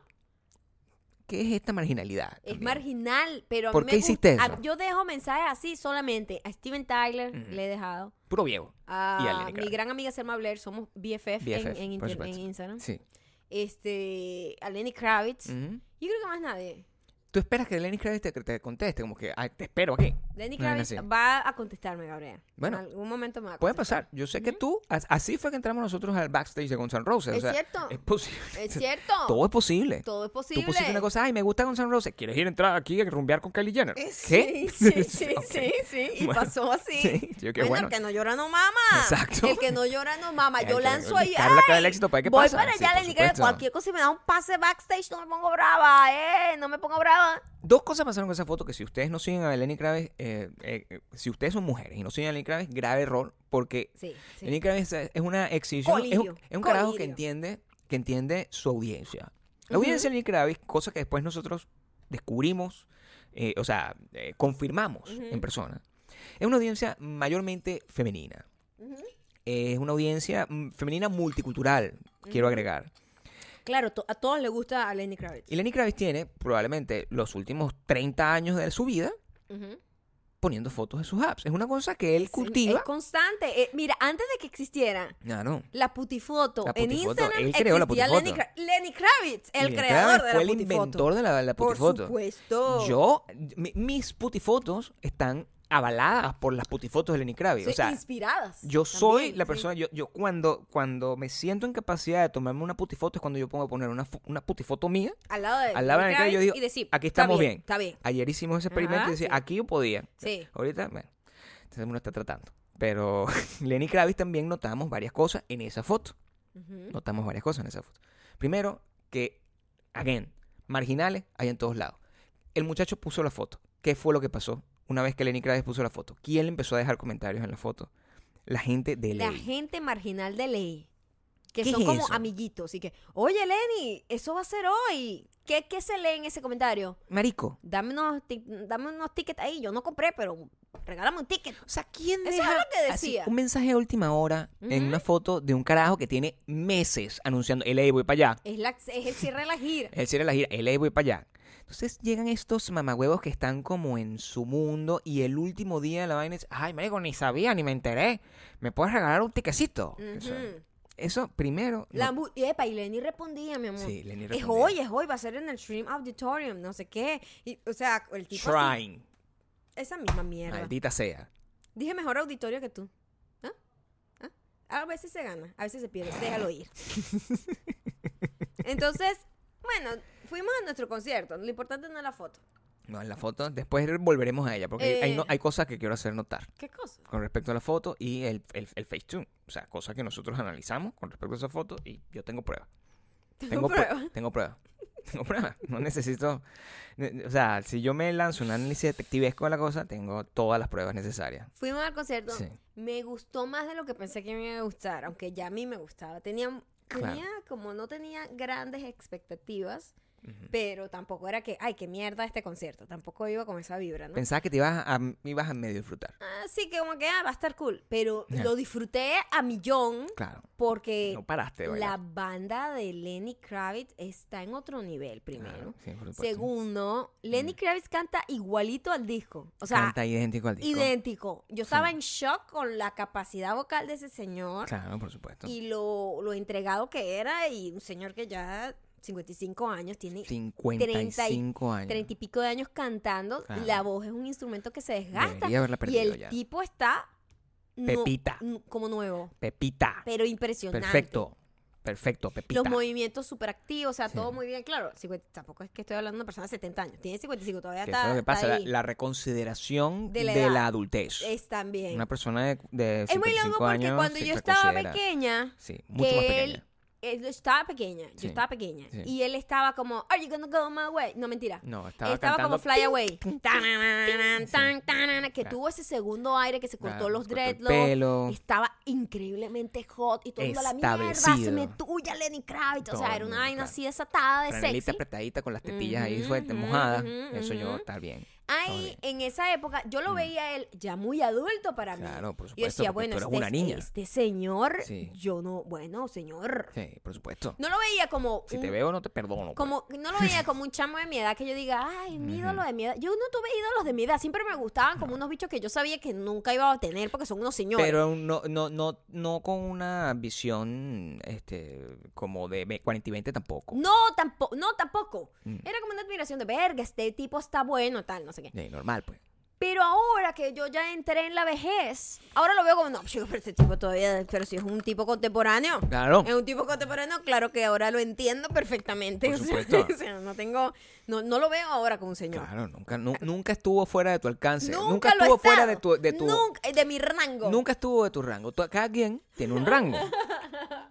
C: ¿qué es esta marginalidad?
A: Es
C: también?
A: marginal, pero a
C: ¿Por
A: mí
C: qué
A: me gusta-
C: hiciste eso?
A: a- yo dejo mensajes así solamente. A Steven Tyler
C: Ujú.
A: le he dejado.
C: Puro viejo. Y a
A: A
C: Lenny
A: mi
C: Kravitz.
A: gran amiga Selma Blair, somos BFF, en-
C: BFF,
A: en,
C: por
A: inter-
C: supuesto.
A: en Instagram.
C: Sí.
A: Este, a Lenny Kravitz.
C: Ujú.
A: Yo creo que más nadie.
C: Tú esperas que Lenny Kravitz te, te conteste, como que "Ay, te espero aquí.
A: Lenny
C: Una vaina
A: Kravitz
C: así.
A: va a contestarme, Gabriel.
C: Bueno. pues,
A: en algún momento me va a
C: Puede
A: contestar.
C: pastar. Yo sé que tú, as- así fue que entramos nosotros al backstage de Guns N' Roses. o
A: Es
C: sea,
A: cierto.
C: Es posible.
A: Es cierto.
C: Todo es posible.
A: Todo es posible.
C: Tú pusiste una cosa, ay, me gusta Guns N' Roses. ¿Quieres ir a entrar aquí a rumbear con Kylie Jenner?
A: Eh,
C: ¿Qué?
A: Sí, sí, sí,
C: Ok.
A: sí, sí, Y
C: Bueno,
A: pasó así.
C: sí, yo qué
A: Bueno,
C: bueno.
A: el que no llora no mama.
C: Exacto.
A: El que no llora no mama.
C: El
A: Yo
C: que-
A: lanzo ahí.
C: Claro, la cara del
A: ¡ay!
C: éxito, ¿para qué
A: Voy
C: pasa?
A: para
C: Sí,
A: allá,
C: por
A: Lenny Kravitz.
C: supuesto.
A: Cualquier cosa, si me da un pase backstage, no me pongo brava, eh. No me pongo brava.
C: Dos cosas pasaron con esa foto que si ustedes no siguen a Lenny Kravitz, eh, eh, eh, si ustedes son mujeres y no siguen a Lenny Kravitz, grave error porque
A: Sí, sí.
C: Lenny Kravitz es es una exhibición, es
A: Colirio,
C: un, es un carajo que
A: colirio.
C: entiende, que entiende su audiencia. La audiencia de Lenny Kravitz, cosa que después nosotros descubrimos, eh, o sea, eh, confirmamos en persona, es una audiencia mayormente femenina. Es una audiencia mm, femenina multicultural, quiero agregar.
A: Claro, to- a todos les gusta a Lenny Kravitz.
C: Y Lenny Kravitz tiene probablemente los últimos 30 años de su vida
A: Ujú.
C: poniendo fotos de sus apps. Es una cosa que él
A: Es-
C: cultiva.
A: Es constante. Eh, mira, antes de que existiera
C: Claro.
A: la putifoto,
C: La
A: en
C: putifoto.
A: Instagram
C: Él creó la
A: existía
C: putifoto.
A: Lenny, Kra- Lenny Kravitz, el
C: Lenny
A: creador
C: Kravitz
A: de la
C: fue el
A: putifoto.
C: inventor de la, la
A: Por
C: putifoto.
A: supuesto.
C: Yo, mi- mis putifotos están avaladas por las putifotos de Lenny Kravitz.
A: Sí,
C: o sea,
A: inspiradas.
C: yo soy
A: también,
C: la
A: sí.
C: persona, yo, yo cuando, cuando me siento en capacidad de tomarme una putifoto es cuando yo pongo a poner una, fo- una putifoto mía
A: al lado de
C: al lado de
A: Lenny
C: Lenny Kravitz. Yo
A: Kravitz
C: digo,
A: y decir,
C: aquí
A: "Está
C: estamos bien,
A: Está bien.
C: Ayer hicimos ese experimento
A: Ajá,
C: y decía,
A: sí.
C: aquí yo podía.
A: Sí.
C: Ahorita, bueno, entonces uno está tratando. Pero Lenny Kravitz también notamos varias cosas en esa foto.
A: Ujú.
C: Notamos varias cosas en esa foto. Primero, que, again, marginales hay en todos lados. El muchacho puso la foto. ¿Qué fue lo que pasó una vez que Lenny Kravitz puso la foto? ¿Quién le empezó a dejar comentarios en la foto? La gente de
A: La
C: ley.
A: gente marginal de ley. Que
C: ¿Qué
A: son
C: es
A: como
C: eso?
A: amiguitos. Y que, oye, Lenny, eso va a ser hoy. ¿Qué, qué se lee en ese comentario?
C: Marico.
A: Dame unos, ti- dame unos tickets ahí. Yo no compré, pero regálame un ticket.
C: O sea, ¿quién
A: Eso es
C: deja
A: lo que
C: así
A: decía.
C: un mensaje a última hora en una foto de un carajo que tiene meses anunciando, el voy para allá?
A: Es, la, es el cierre de la gira.
C: Él cierra la gira, él ahí voy para allá. Entonces llegan estos mamagüevos que están como en su mundo y el último día de la vaina es, ay, marico, ni sabía, ni me enteré. ¿Me puedes regalar un tiquecito? O sea,
A: Ujú.
C: Eso primero... no-
A: La mu- epa, y Lenny respondía, mi amor.
C: Sí, Lenny
A: Es
C: respondía.
A: hoy, es hoy, va a ser en el Stream Auditorium, no sé qué. Y, o sea, el tipo. así,
C: Shrine.
A: esa misma mierda.
C: Maldita sea.
A: Dije mejor auditorio que tú. ¿Ah? ¿Ah? A veces se gana, a veces se pierde. Déjalo ir. Entonces, bueno, fuimos a nuestro concierto. Lo importante no es la foto.
C: No, en la foto, después volveremos a ella, porque hay,
A: Eh.
C: no- hay cosas que quiero hacer notar.
A: ¿Qué cosa?
C: con respecto a la foto y el, el, el Facetune. O sea, cosas que nosotros analizamos con respecto a esa foto y yo tengo pruebas. Tengo prue-
A: pruebas.
C: Tengo pruebas. Tengo pruebas. No necesito. ne- O sea, si yo me lanzo un análisis detectivesco de la cosa, tengo todas las pruebas necesarias.
A: Fuimos al concierto.
C: Sí.
A: Me gustó más de lo que pensé que me iba a gustar, aunque ya a mí me gustaba. Tenía, tenía como no tenía grandes expectativas, pero tampoco era que, ay, qué mierda este concierto. Tampoco iba con esa vibra, ¿no?
C: Pensaba que te ibas a, ibas a medio disfrutar.
A: Así que como que ah, va a estar cool. Pero
C: Ya.
A: lo disfruté a millón
C: Claro.
A: porque
C: No paraste de
A: Eh, la
C: bailar.
A: banda de Lenny Kravitz está en otro nivel, primero.
C: Claro, sí, por supuesto.
A: Segundo, Lenny Kravitz canta igualito al disco. O sea,
C: Canta idéntico al disco.
A: idéntico. Yo estaba en shock con la capacidad vocal de ese señor
C: Claro, por supuesto.
A: y lo, lo entregado que era y un señor que ya 55 años, tiene
C: 55 años.
A: 30 y pico de años cantando.
C: Claro.
A: La voz es un instrumento que se desgasta.
C: Debería haberla
A: Y
C: perdido
A: el
C: ya.
A: tipo está... nu-
C: Pepita. Ah,
A: nu- como nuevo,
C: Pepita.
A: pero impresionante.
C: Perfecto. Perfecto, Pepita.
A: Los movimientos súper activos, o sea,
C: Sí.
A: todo muy bien. Claro, 50 tampoco es que estoy hablando de una persona de 70 años. Tiene 55, todavía
C: Que
A: está,
C: eso es lo que
A: está
C: pasa, la,
A: ahí.
C: la reconsideración
A: De
C: de
A: la
C: la,
A: edad.
C: adultez.
A: Es también.
C: Una persona de, de
A: Es muy
C: 55
A: loco porque
C: años
A: cuando
C: se
A: yo estaba
C: reconsidera.
A: pequeña,
C: Sí, mucho
A: que
C: más
A: él,
C: pequeña.
A: él estaba pequeña, yo
C: Sí,
A: estaba pequeña,
C: sí.
A: y él estaba como, Are you gonna go my way? No, mentira.
C: No, estaba,
A: estaba como
C: cantando
A: Fly Away. Tananana,
C: Sí.
A: tan, tanana, que
C: Claro.
A: tuvo ese segundo aire que se cortó
C: Claro,
A: los
C: se cortó el
A: dreadlocks.
C: pelo.
A: Estaba increíblemente hot y todo el mundo la mierda,
C: Establecido.
A: hazme tuya, Lenny Kravitz. O
C: Todo
A: sea,
C: el
A: era una
C: mundo,
A: vaina
C: claro.
A: así desatada de
C: franelita
A: sexy.
C: apretadita con las tetillas ahí
A: Ujú,
C: sueltas,
A: ujú,
C: mojadas.
A: ujú,
C: Eso yo,
A: ujú.
C: está bien. Todo
A: Ahí,
C: bien.
A: en esa época, yo lo veía a él ya muy adulto para mí.
C: Mm. Claro, por
A: Y yo
C: supuesto,
A: decía,
C: porque
A: bueno,
C: tú eres
A: este,
C: una niña.
A: este señor,
C: Sí.
A: yo no, bueno, señor.
C: Sí, por supuesto.
A: No lo veía como
C: Si
A: un-
C: te veo, no te perdono. pues.
A: como no lo veía como un chamo de mi edad que yo diga, ay, mi ídolo de mi edad. Yo no tuve ídolos de mi edad, siempre me gustaban como unos bichos que yo sabía que nunca iba a tener porque son unos señores.
C: Pero no, no, no, no con una visión este, como de ve- 40 y 20 tampoco.
A: no, tampoco, no tampoco.
C: Mm.
A: Era como una admiración de verga, este tipo está bueno, tal, no sé qué.
C: Sí, normal, pues.
A: Pero ahora que yo ya entré en la vejez, ahora lo veo como, no, chico, pero este tipo todavía, pero si es un tipo contemporáneo.
C: Claro.
A: Es un tipo contemporáneo, claro que ahora lo entiendo perfectamente.
C: Por
A: o sea,
C: supuesto.
A: o sea, no tengo, no, no lo veo ahora como un señor.
C: Claro, nunca, nu- nunca estuvo fuera de tu alcance. Nunca,
A: Nunca, lo he
C: estuvo fuera de
A: estado.
C: tu, de tu
A: Nunca- eh, de mi rango.
C: Nunca estuvo de tu rango. Tú- cada quien tiene un rango.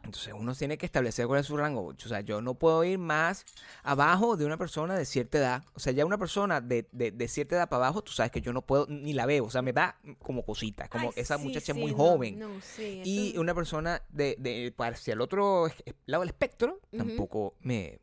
C: Entonces uno tiene que establecer cuál es su rango. O sea, yo no puedo ir más abajo de una persona de cierta edad. O sea, ya una persona de, de- de cierta edad para abajo, tú sabes que yo no puedo ni la veo. O sea, me da como cosita. Como
A: Ay,
C: esa
A: sí,
C: muchacha es
A: sí,
C: muy
A: no,
C: joven.
A: no, sí,
C: Y
A: eso-
C: una persona de, de hacia el otro es- es- lado del espectro tampoco me...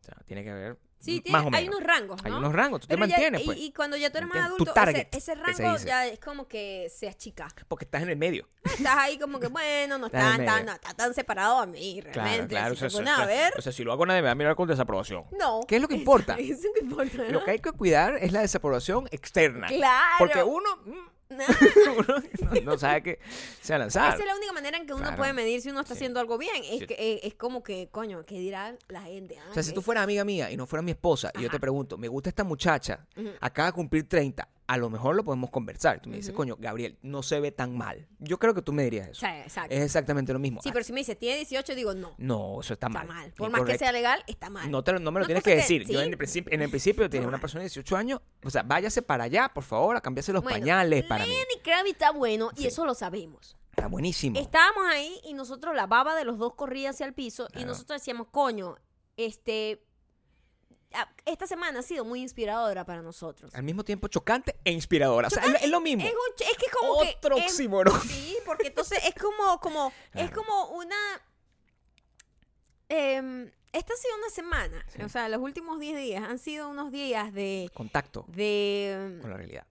C: O sea, tiene que haber
A: Sí,
C: m-
A: tiene-
C: más o menos.
A: hay unos rangos,
C: Hay
A: ¿no?
C: unos rangos. Tú
A: Pero ya-
C: te mantienes,
A: y-
C: pues.
A: y, cuando ya tú eres más
C: ¿Entiendes? Tu
A: adulto,
C: target,
A: ese, ese
C: que se
A: rango
C: dice.
A: ya es como que se achica.
C: Porque estás en el medio.
A: Estás ahí como que, bueno, no
C: Estás en
A: está tan,
C: medio.
A: no está tan separado a mí, realmente. Si
C: o
A: se
C: sea,
A: pone
C: o sea,
A: a ver,
C: o sea, si lo hago nadie me va a mirar con desaprobación.
A: no.
C: ¿Qué es lo que importa?
A: Eso es lo que importa, ¿no?
C: Lo que hay que cuidar es la desaprobación externa.
A: Claro.
C: Porque uno, mm, uno no, no sabe que se va a lanzar.
A: Esa es la única manera en que uno
C: Claro.
A: puede medir si uno está
C: Sí.
A: haciendo algo bien. Es,
C: Sí.
A: que, eh, es como que, coño, ¿qué dirá la gente? Ah,
C: O sea, si tú fueras amiga mía y no fueras mi esposa, y yo te pregunto, me gusta esta muchacha, acaba de cumplir 30, a lo mejor lo podemos conversar. Tú me dices, coño, Gabriel, no se ve tan mal. Yo creo que tú me dirías eso.
A: exacto.
C: Es exactamente lo mismo.
A: sí,
C: Ah,
A: pero si me dice, tiene 18, digo, no.
C: No, eso está
A: Está
C: mal.
A: mal. Por más que
C: Incorrecto.
A: sea legal, está mal.
C: No, te lo- no me
A: Una
C: lo tienes
A: cosa
C: que
A: que-
C: decir. Yo
A: sí.
C: en el principio, en el principio tienes una persona de 18 años, o sea, váyase para allá, por favor, a cambiarse los
A: Bueno,
C: pañales para mí.
A: Lenny Kravitz está bueno y eso lo sabemos.
C: Está buenísimo.
A: Estábamos ahí y nosotros la baba de los dos corría hacia el piso y
C: Claro.
A: nosotros decíamos, coño, este... ah, Esta semana ha sido muy inspiradora para nosotros.
C: Al mismo tiempo chocante e inspiradora. O sea, es, lo- es lo mismo.
A: Es, un ch- es que como
C: Otro
A: que... es-
C: oxímoron.
A: sí, porque entonces es como, como, es
C: Claro.
A: como una... em, esta ha sido una semana,
C: Sí.
A: o sea, los últimos 10 días han sido unos días de...
C: Contacto
A: de em,
C: con la realidad.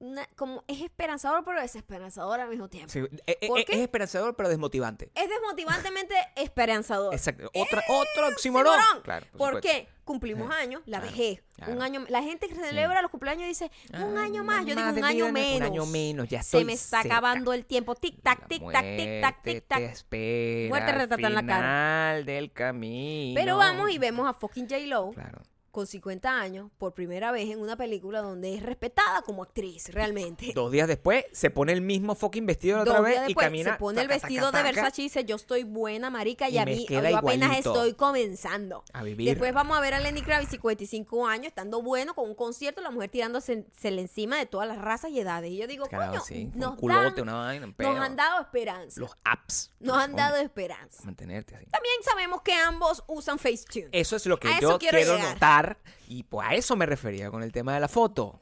A: una- como es esperanzador pero desesperanzador al mismo tiempo.
C: Sí, eh, eh,
A: Em, ¿Por
C: eh,
A: qué?
C: es esperanzador, pero desmotivante.
A: Es desmotivantemente esperanzador.
C: Exacto. Otra, otro oxímoron.
A: Simorón.
C: Claro, por
A: Em, ¿Por
C: supuesto.
A: qué? Cumplimos
C: Sí,
A: años, la
C: claro,
A: vejez,
C: claro.
A: un año, la gente que celebra los cumpleaños dice, un
C: Ah,
A: año más, yo digo
C: de
A: un
C: vida,
A: año
C: un
A: menos.
C: año menos, ya
A: Se
C: estoy
A: me está
C: seca.
A: acabando el tiempo, tic tac,
C: La
A: tic tac, tic tac,
C: muerte
A: tic tac.
C: Te espera
A: Muerte
C: al
A: retratada en la cara.
C: final del camino.
A: Pero vamos y vemos a fucking J. Lo
C: Claro.
A: con 50 años por primera vez en una película donde es respetada como actriz realmente.
C: Dos días después se pone el mismo fucking vestido la otra
A: Eh, Dos
C: vez
A: días
C: y
A: después
C: camina.
A: se pone el
C: taca,
A: vestido
C: taca,
A: de
C: taca.
A: Versace y dice, yo estoy buena, marica, y,
C: Y
A: a
C: me
A: mí yo
C: queda
A: apenas
C: igualito.
A: estoy comenzando.
C: A vivir.
A: Después vamos a ver a Lenny Kravitz, 55 años, estando bueno con un concierto, la mujer tirándose se le encima de todas las razas y edades. Y yo digo,
C: Claro,
A: coño,
C: sí, con
A: nos,
C: un culote,
A: dan-
C: una vaina, un
A: nos
C: peo.
A: han dado esperanza.
C: Los apps.
A: nos han
C: Son-
A: dado esperanza.
C: Mantenerte así.
A: También sabemos que ambos usan Facetune.
C: Eso es lo que
A: A eso
C: yo
A: quiero
C: quiero,
A: llegar.
C: notar. Y pues a eso me refería con el tema de la foto.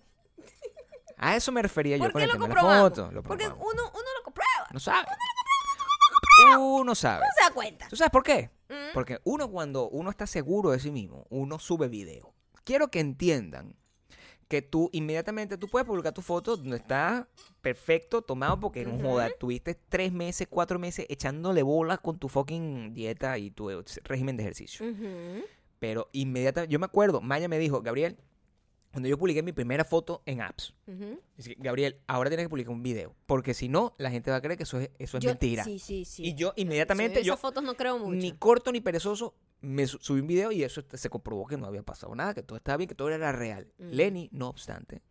C: A eso me refería yo
A: ¿Por
C: con
A: qué
C: el
A: lo
C: tema de la
A: comprobamos?
C: foto. Lo
A: Porque uno,
C: probamos.
A: uno lo comprueba,
C: no sabe. Uno sabe.
A: no se da cuenta.
C: ¿Tú sabes por qué?
A: Mm.
C: Porque uno cuando uno está seguro de sí mismo, uno sube video. Quiero que entiendan que tú inmediatamente tú puedes publicar tu foto donde está perfecto tomado porque no joda, tuviste tres meses, cuatro meses echándole bolas con tu fucking dieta y tu
A: Mm.
C: eh, régimen de ejercicio.
A: Ujú.
C: Pero inmediatamente, yo me acuerdo, Maya me dijo, Gabriel, Cuando yo publiqué mi primera foto en apps,
A: Ujú.
C: dice, Gabriel, ahora tienes que publicar un video, porque si no, la gente va a creer que eso es, eso es
A: Yo-
C: mentira.
A: Sí, sí, sí.
C: Y yo
A: Sí,
C: inmediatamente,
A: en
C: yo
A: Esas fotos no creo mucho.
C: ni corto ni perezoso, me su- subí un video y eso se comprobó que no había pasado nada, que todo estaba bien, que todo era real.
A: Mm.
C: Lenny, no obstante,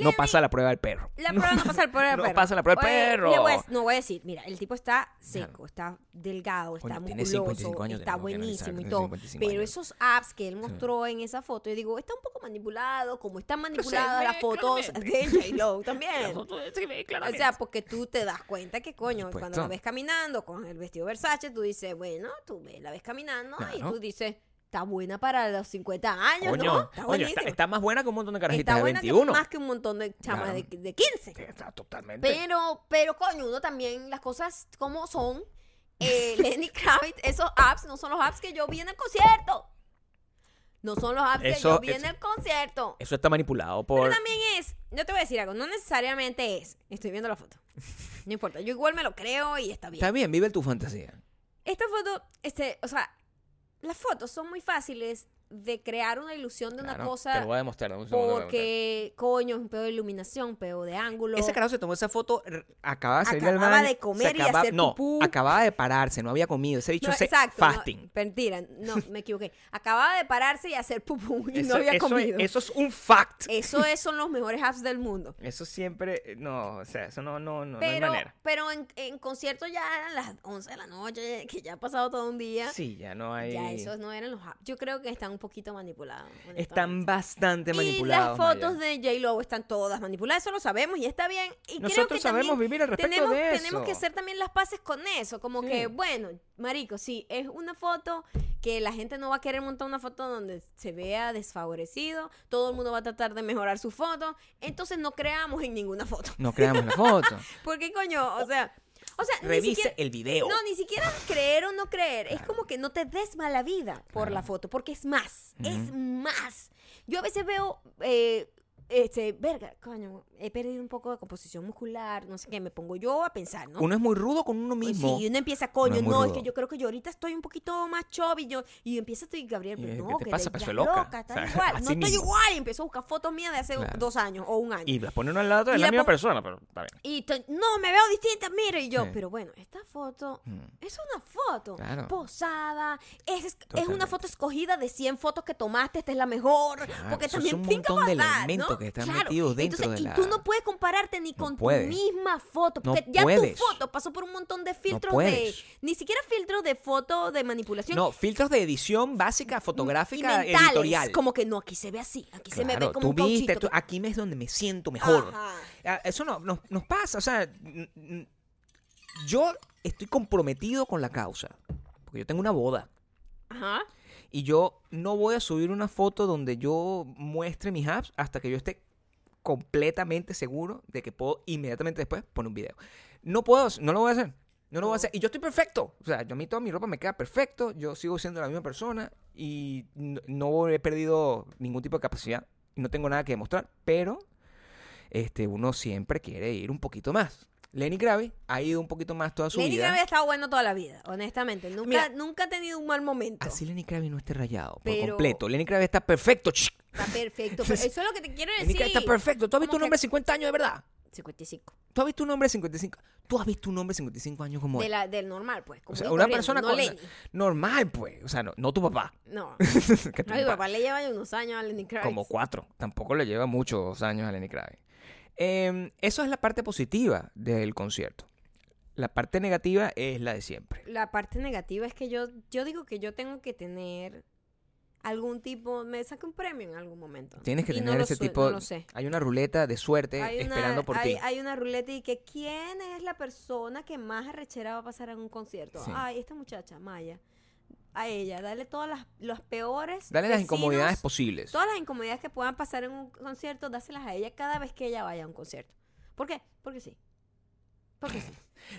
C: no
A: Lenny-
C: pasa la prueba del perro.
A: La prueba no pasa la prueba del
C: No
A: perro.
C: pasa la prueba del
A: Oye,
C: perro.
A: le voy a- no voy a decir, mira, el tipo está seco, está delgado, está
C: Coño, tiene
A: musculoso,
C: 55 años,
A: está
C: tenemos que analizar,
A: buenísimo y
C: tiene
A: todo.
C: 55
A: Pero
C: años.
A: esos apps que él mostró en esa foto, yo digo, está un poco manipulado, como están manipuladas las fotos de J-Lo también. O sea, porque tú te das cuenta que, coño,
C: Por
A: cuando
C: supuesto.
A: la ves caminando con el vestido Versace, tú dices, bueno, tú ves, la ves caminando y
C: Claro.
A: tú dices, está buena para los 50 años, ¿no? Está
C: coño, está,
A: buenísima.
C: está más buena que un montón de
A: Está
C: carajitas de
A: buena que-
C: 21.
A: más que un montón de chamas
C: Claro.
A: de, de 15.
C: Sí, Está totalmente.
A: Pero, pero coño, uno también, las cosas como son. Eh, Lenny Kravitz, esos apps no son los apps que yo vi en el concierto. No son los apps que
C: Eso-
A: yo vi en
C: eso-
A: el concierto.
C: Eso está manipulado por.
A: Pero también es, yo te voy a decir algo, no necesariamente es. Estoy viendo la foto. No importa, yo igual me lo creo y está bien.
C: Está bien, vive tu fantasía.
A: Esta foto, este, o sea, las fotos son muy fáciles de crear una ilusión de una
C: Claro, Te
A: cosa
C: lo voy a demostrar. dame un segundo, te lo voy a demostrar.
A: porque, coño, es un pedo de iluminación, un pedo de ángulo.
C: Ese carajo se tomó esa foto, r- acababa de salir del
A: Acababa
C: baño.
A: de comer
C: se
A: y hacer
C: No,
A: pupú.
C: acababa de pararse, no había comido. Ese bicho
A: No,
C: se
A: exacto, no,
C: fasting.
A: mentira, no, me equivoqué. Acababa de pararse y hacer pupú y no había
C: eso,
A: comido.
C: Eso es un fact.
A: Eso es, son los mejores apps del mundo.
C: Eso siempre, eh, no, o sea, eso no, no, no, no
A: Pero,
C: hay manera.
A: pero en, en concierto ya eran las 11 de la noche, que ya ha pasado todo un día.
C: Sí, ya no hay.
A: Ya esos no eran los apps. Yo creo que están un poquito manipulados.
C: Están bastante
A: Y
C: manipulados.
A: las fotos
C: Maya.
A: de J. Lo están todas manipuladas, eso lo sabemos y está bien. Y creo que
C: Nosotros sabemos
A: también
C: vivir al respecto
A: tenemos,
C: de eso.
A: tenemos que hacer también las paces con eso. Como
C: Sí.
A: que, bueno, marico, sí, es una foto que la gente no va a querer montar una foto donde se vea desfavorecido. Todo el mundo va a tratar de mejorar su foto. Entonces no creamos en ninguna foto.
C: No creamos la foto.
A: Porque, coño, o sea, o sea, ni
C: Revise
A: siquiera-
C: el video.
A: no, ni siquiera creer o no creer. Es como que no te des mala vida por la foto, porque es más, es más. Yo a veces veo, eh, este, verga, coño, he perdido un poco de composición muscular, no sé qué, me pongo yo a pensar, ¿no?
C: Uno es muy rudo con uno
A: Pues
C: mismo.
A: sí, y uno empieza, coño,
C: es muy
A: no, es
C: rudo.
A: que yo creo que yo ahorita estoy un poquito más chubby, yo, y empieza estoy, Gabriel,
C: Y
A: pero
C: es,
A: no,
C: ¿qué te
A: que
C: pasa?
A: de-
C: Pues
A: ya
C: soy loca.
A: loca, estás
C: O sea,
A: igual,
C: así
A: no estoy
C: mismo.
A: igual, y empiezo a buscar fotos mías de hace
C: Claro.
A: dos años o un año.
C: Y las pone uno al lado de
A: Y
C: la
A: la
C: misma
A: pon-
C: persona, pero está bien.
A: Y to- no, me veo distinta, mire. Y yo,
C: Sí.
A: pero bueno, esta foto
C: Mm.
A: es una foto
C: Claro.
A: posada. Es, es una
C: Totalmente.
A: foto escogida de 100 fotos que tomaste. Esta es la mejor.
C: Claro,
A: porque
C: eso
A: también
C: es un
A: think
C: montón de
A: about that,
C: elementos
A: ¿no?
C: que están
A: Claro.
C: metidos dentro
A: Entonces,
C: de
A: Y tú
C: la-
A: no puedes compararte ni
C: No
A: con tu
C: puedes.
A: misma foto.
C: No
A: Porque ya
C: puedes.
A: tu foto pasó por un montón de filtros de.
C: puedes.
A: Ni siquiera filtros de foto de manipulación.
C: No, filtros de edición básica,
A: Mm, y
C: fotográfica,
A: mentales,
C: editorial.
A: Como que no, aquí se ve así. Aquí se me ve
C: Claro,
A: como
C: tú
A: un
C: viste,
A: cauchito.
C: tú- aquí es donde me siento mejor.
A: Ajá.
C: Ah, Eso no, nos, nos pasa, o sea, n- n- yo estoy comprometido con la causa, porque yo tengo una boda
A: Ajá.
C: y yo no voy a subir una foto donde yo muestre mis apps hasta que yo esté completamente seguro de que puedo inmediatamente después poner un video. No puedo, no lo voy a hacer. No lo voy a hacer. Y yo estoy perfecto. O sea, yo a mí toda mi ropa me queda perfecto. Yo sigo siendo la misma persona y no, no he perdido ningún tipo de capacidad. No tengo nada que demostrar, pero este, uno siempre quiere ir un poquito más. Lenny Gravy ha ido un poquito más toda su
A: Lenny
C: vida.
A: Kravitz ha estado bueno toda la vida, honestamente. Nunca,
C: Mira.
A: nunca ha tenido un mal momento.
C: Así Lenny Kravy no esté rayado
A: Pero-
C: por completo. Lenny Kravy está perfecto. chic.
A: Está perfecto. pero eso es lo que te quiero
C: Lenny
A: decir.
C: Kravitz está perfecto. ¿Tú has visto
A: Como
C: un
A: que-
C: hombre de 50 años de verdad?
A: 55.
C: ¿Tú has visto un hombre de 55? ¿Tú has visto un hombre de 55 años como
A: De
C: él?
A: la, del normal, pues.
C: O
A: común
C: sea,
A: y
C: una
A: corriente,
C: persona
A: no
C: con-
A: Lenny.
C: normal, pues. O sea, no, no tu papá.
A: No.
C: que tu
A: No, mi
C: papá-
A: papá le lleva ya unos años a Lenny Kravitz.
C: como cuatro. Tampoco le lleva muchos años a Lenny Kravitz. Eh, eso es la parte positiva del concierto. La parte negativa es la de siempre.
A: La parte negativa es que yo, yo digo que yo tengo que tener algún tipo. Me saqué un premio en algún momento.
C: Tienes que
A: Y no
C: tener
A: lo
C: ese
A: sue-
C: tipo.
A: No lo sé.
C: Hay una ruleta de suerte
A: Hay una,
C: esperando por
A: hay,
C: ti.
A: hay una ruleta y que quién es la persona que más arrechera va a pasar en un concierto.
C: Sí.
A: Ay, esta muchacha, Maya. A ella, dale todas las, los peores.
C: Dale las
A: vecinos,
C: incomodidades posibles.
A: Todas las incomodidades que puedan pasar en un concierto, dáselas a ella cada vez que ella vaya a un concierto. ¿Por qué? Porque sí. Porque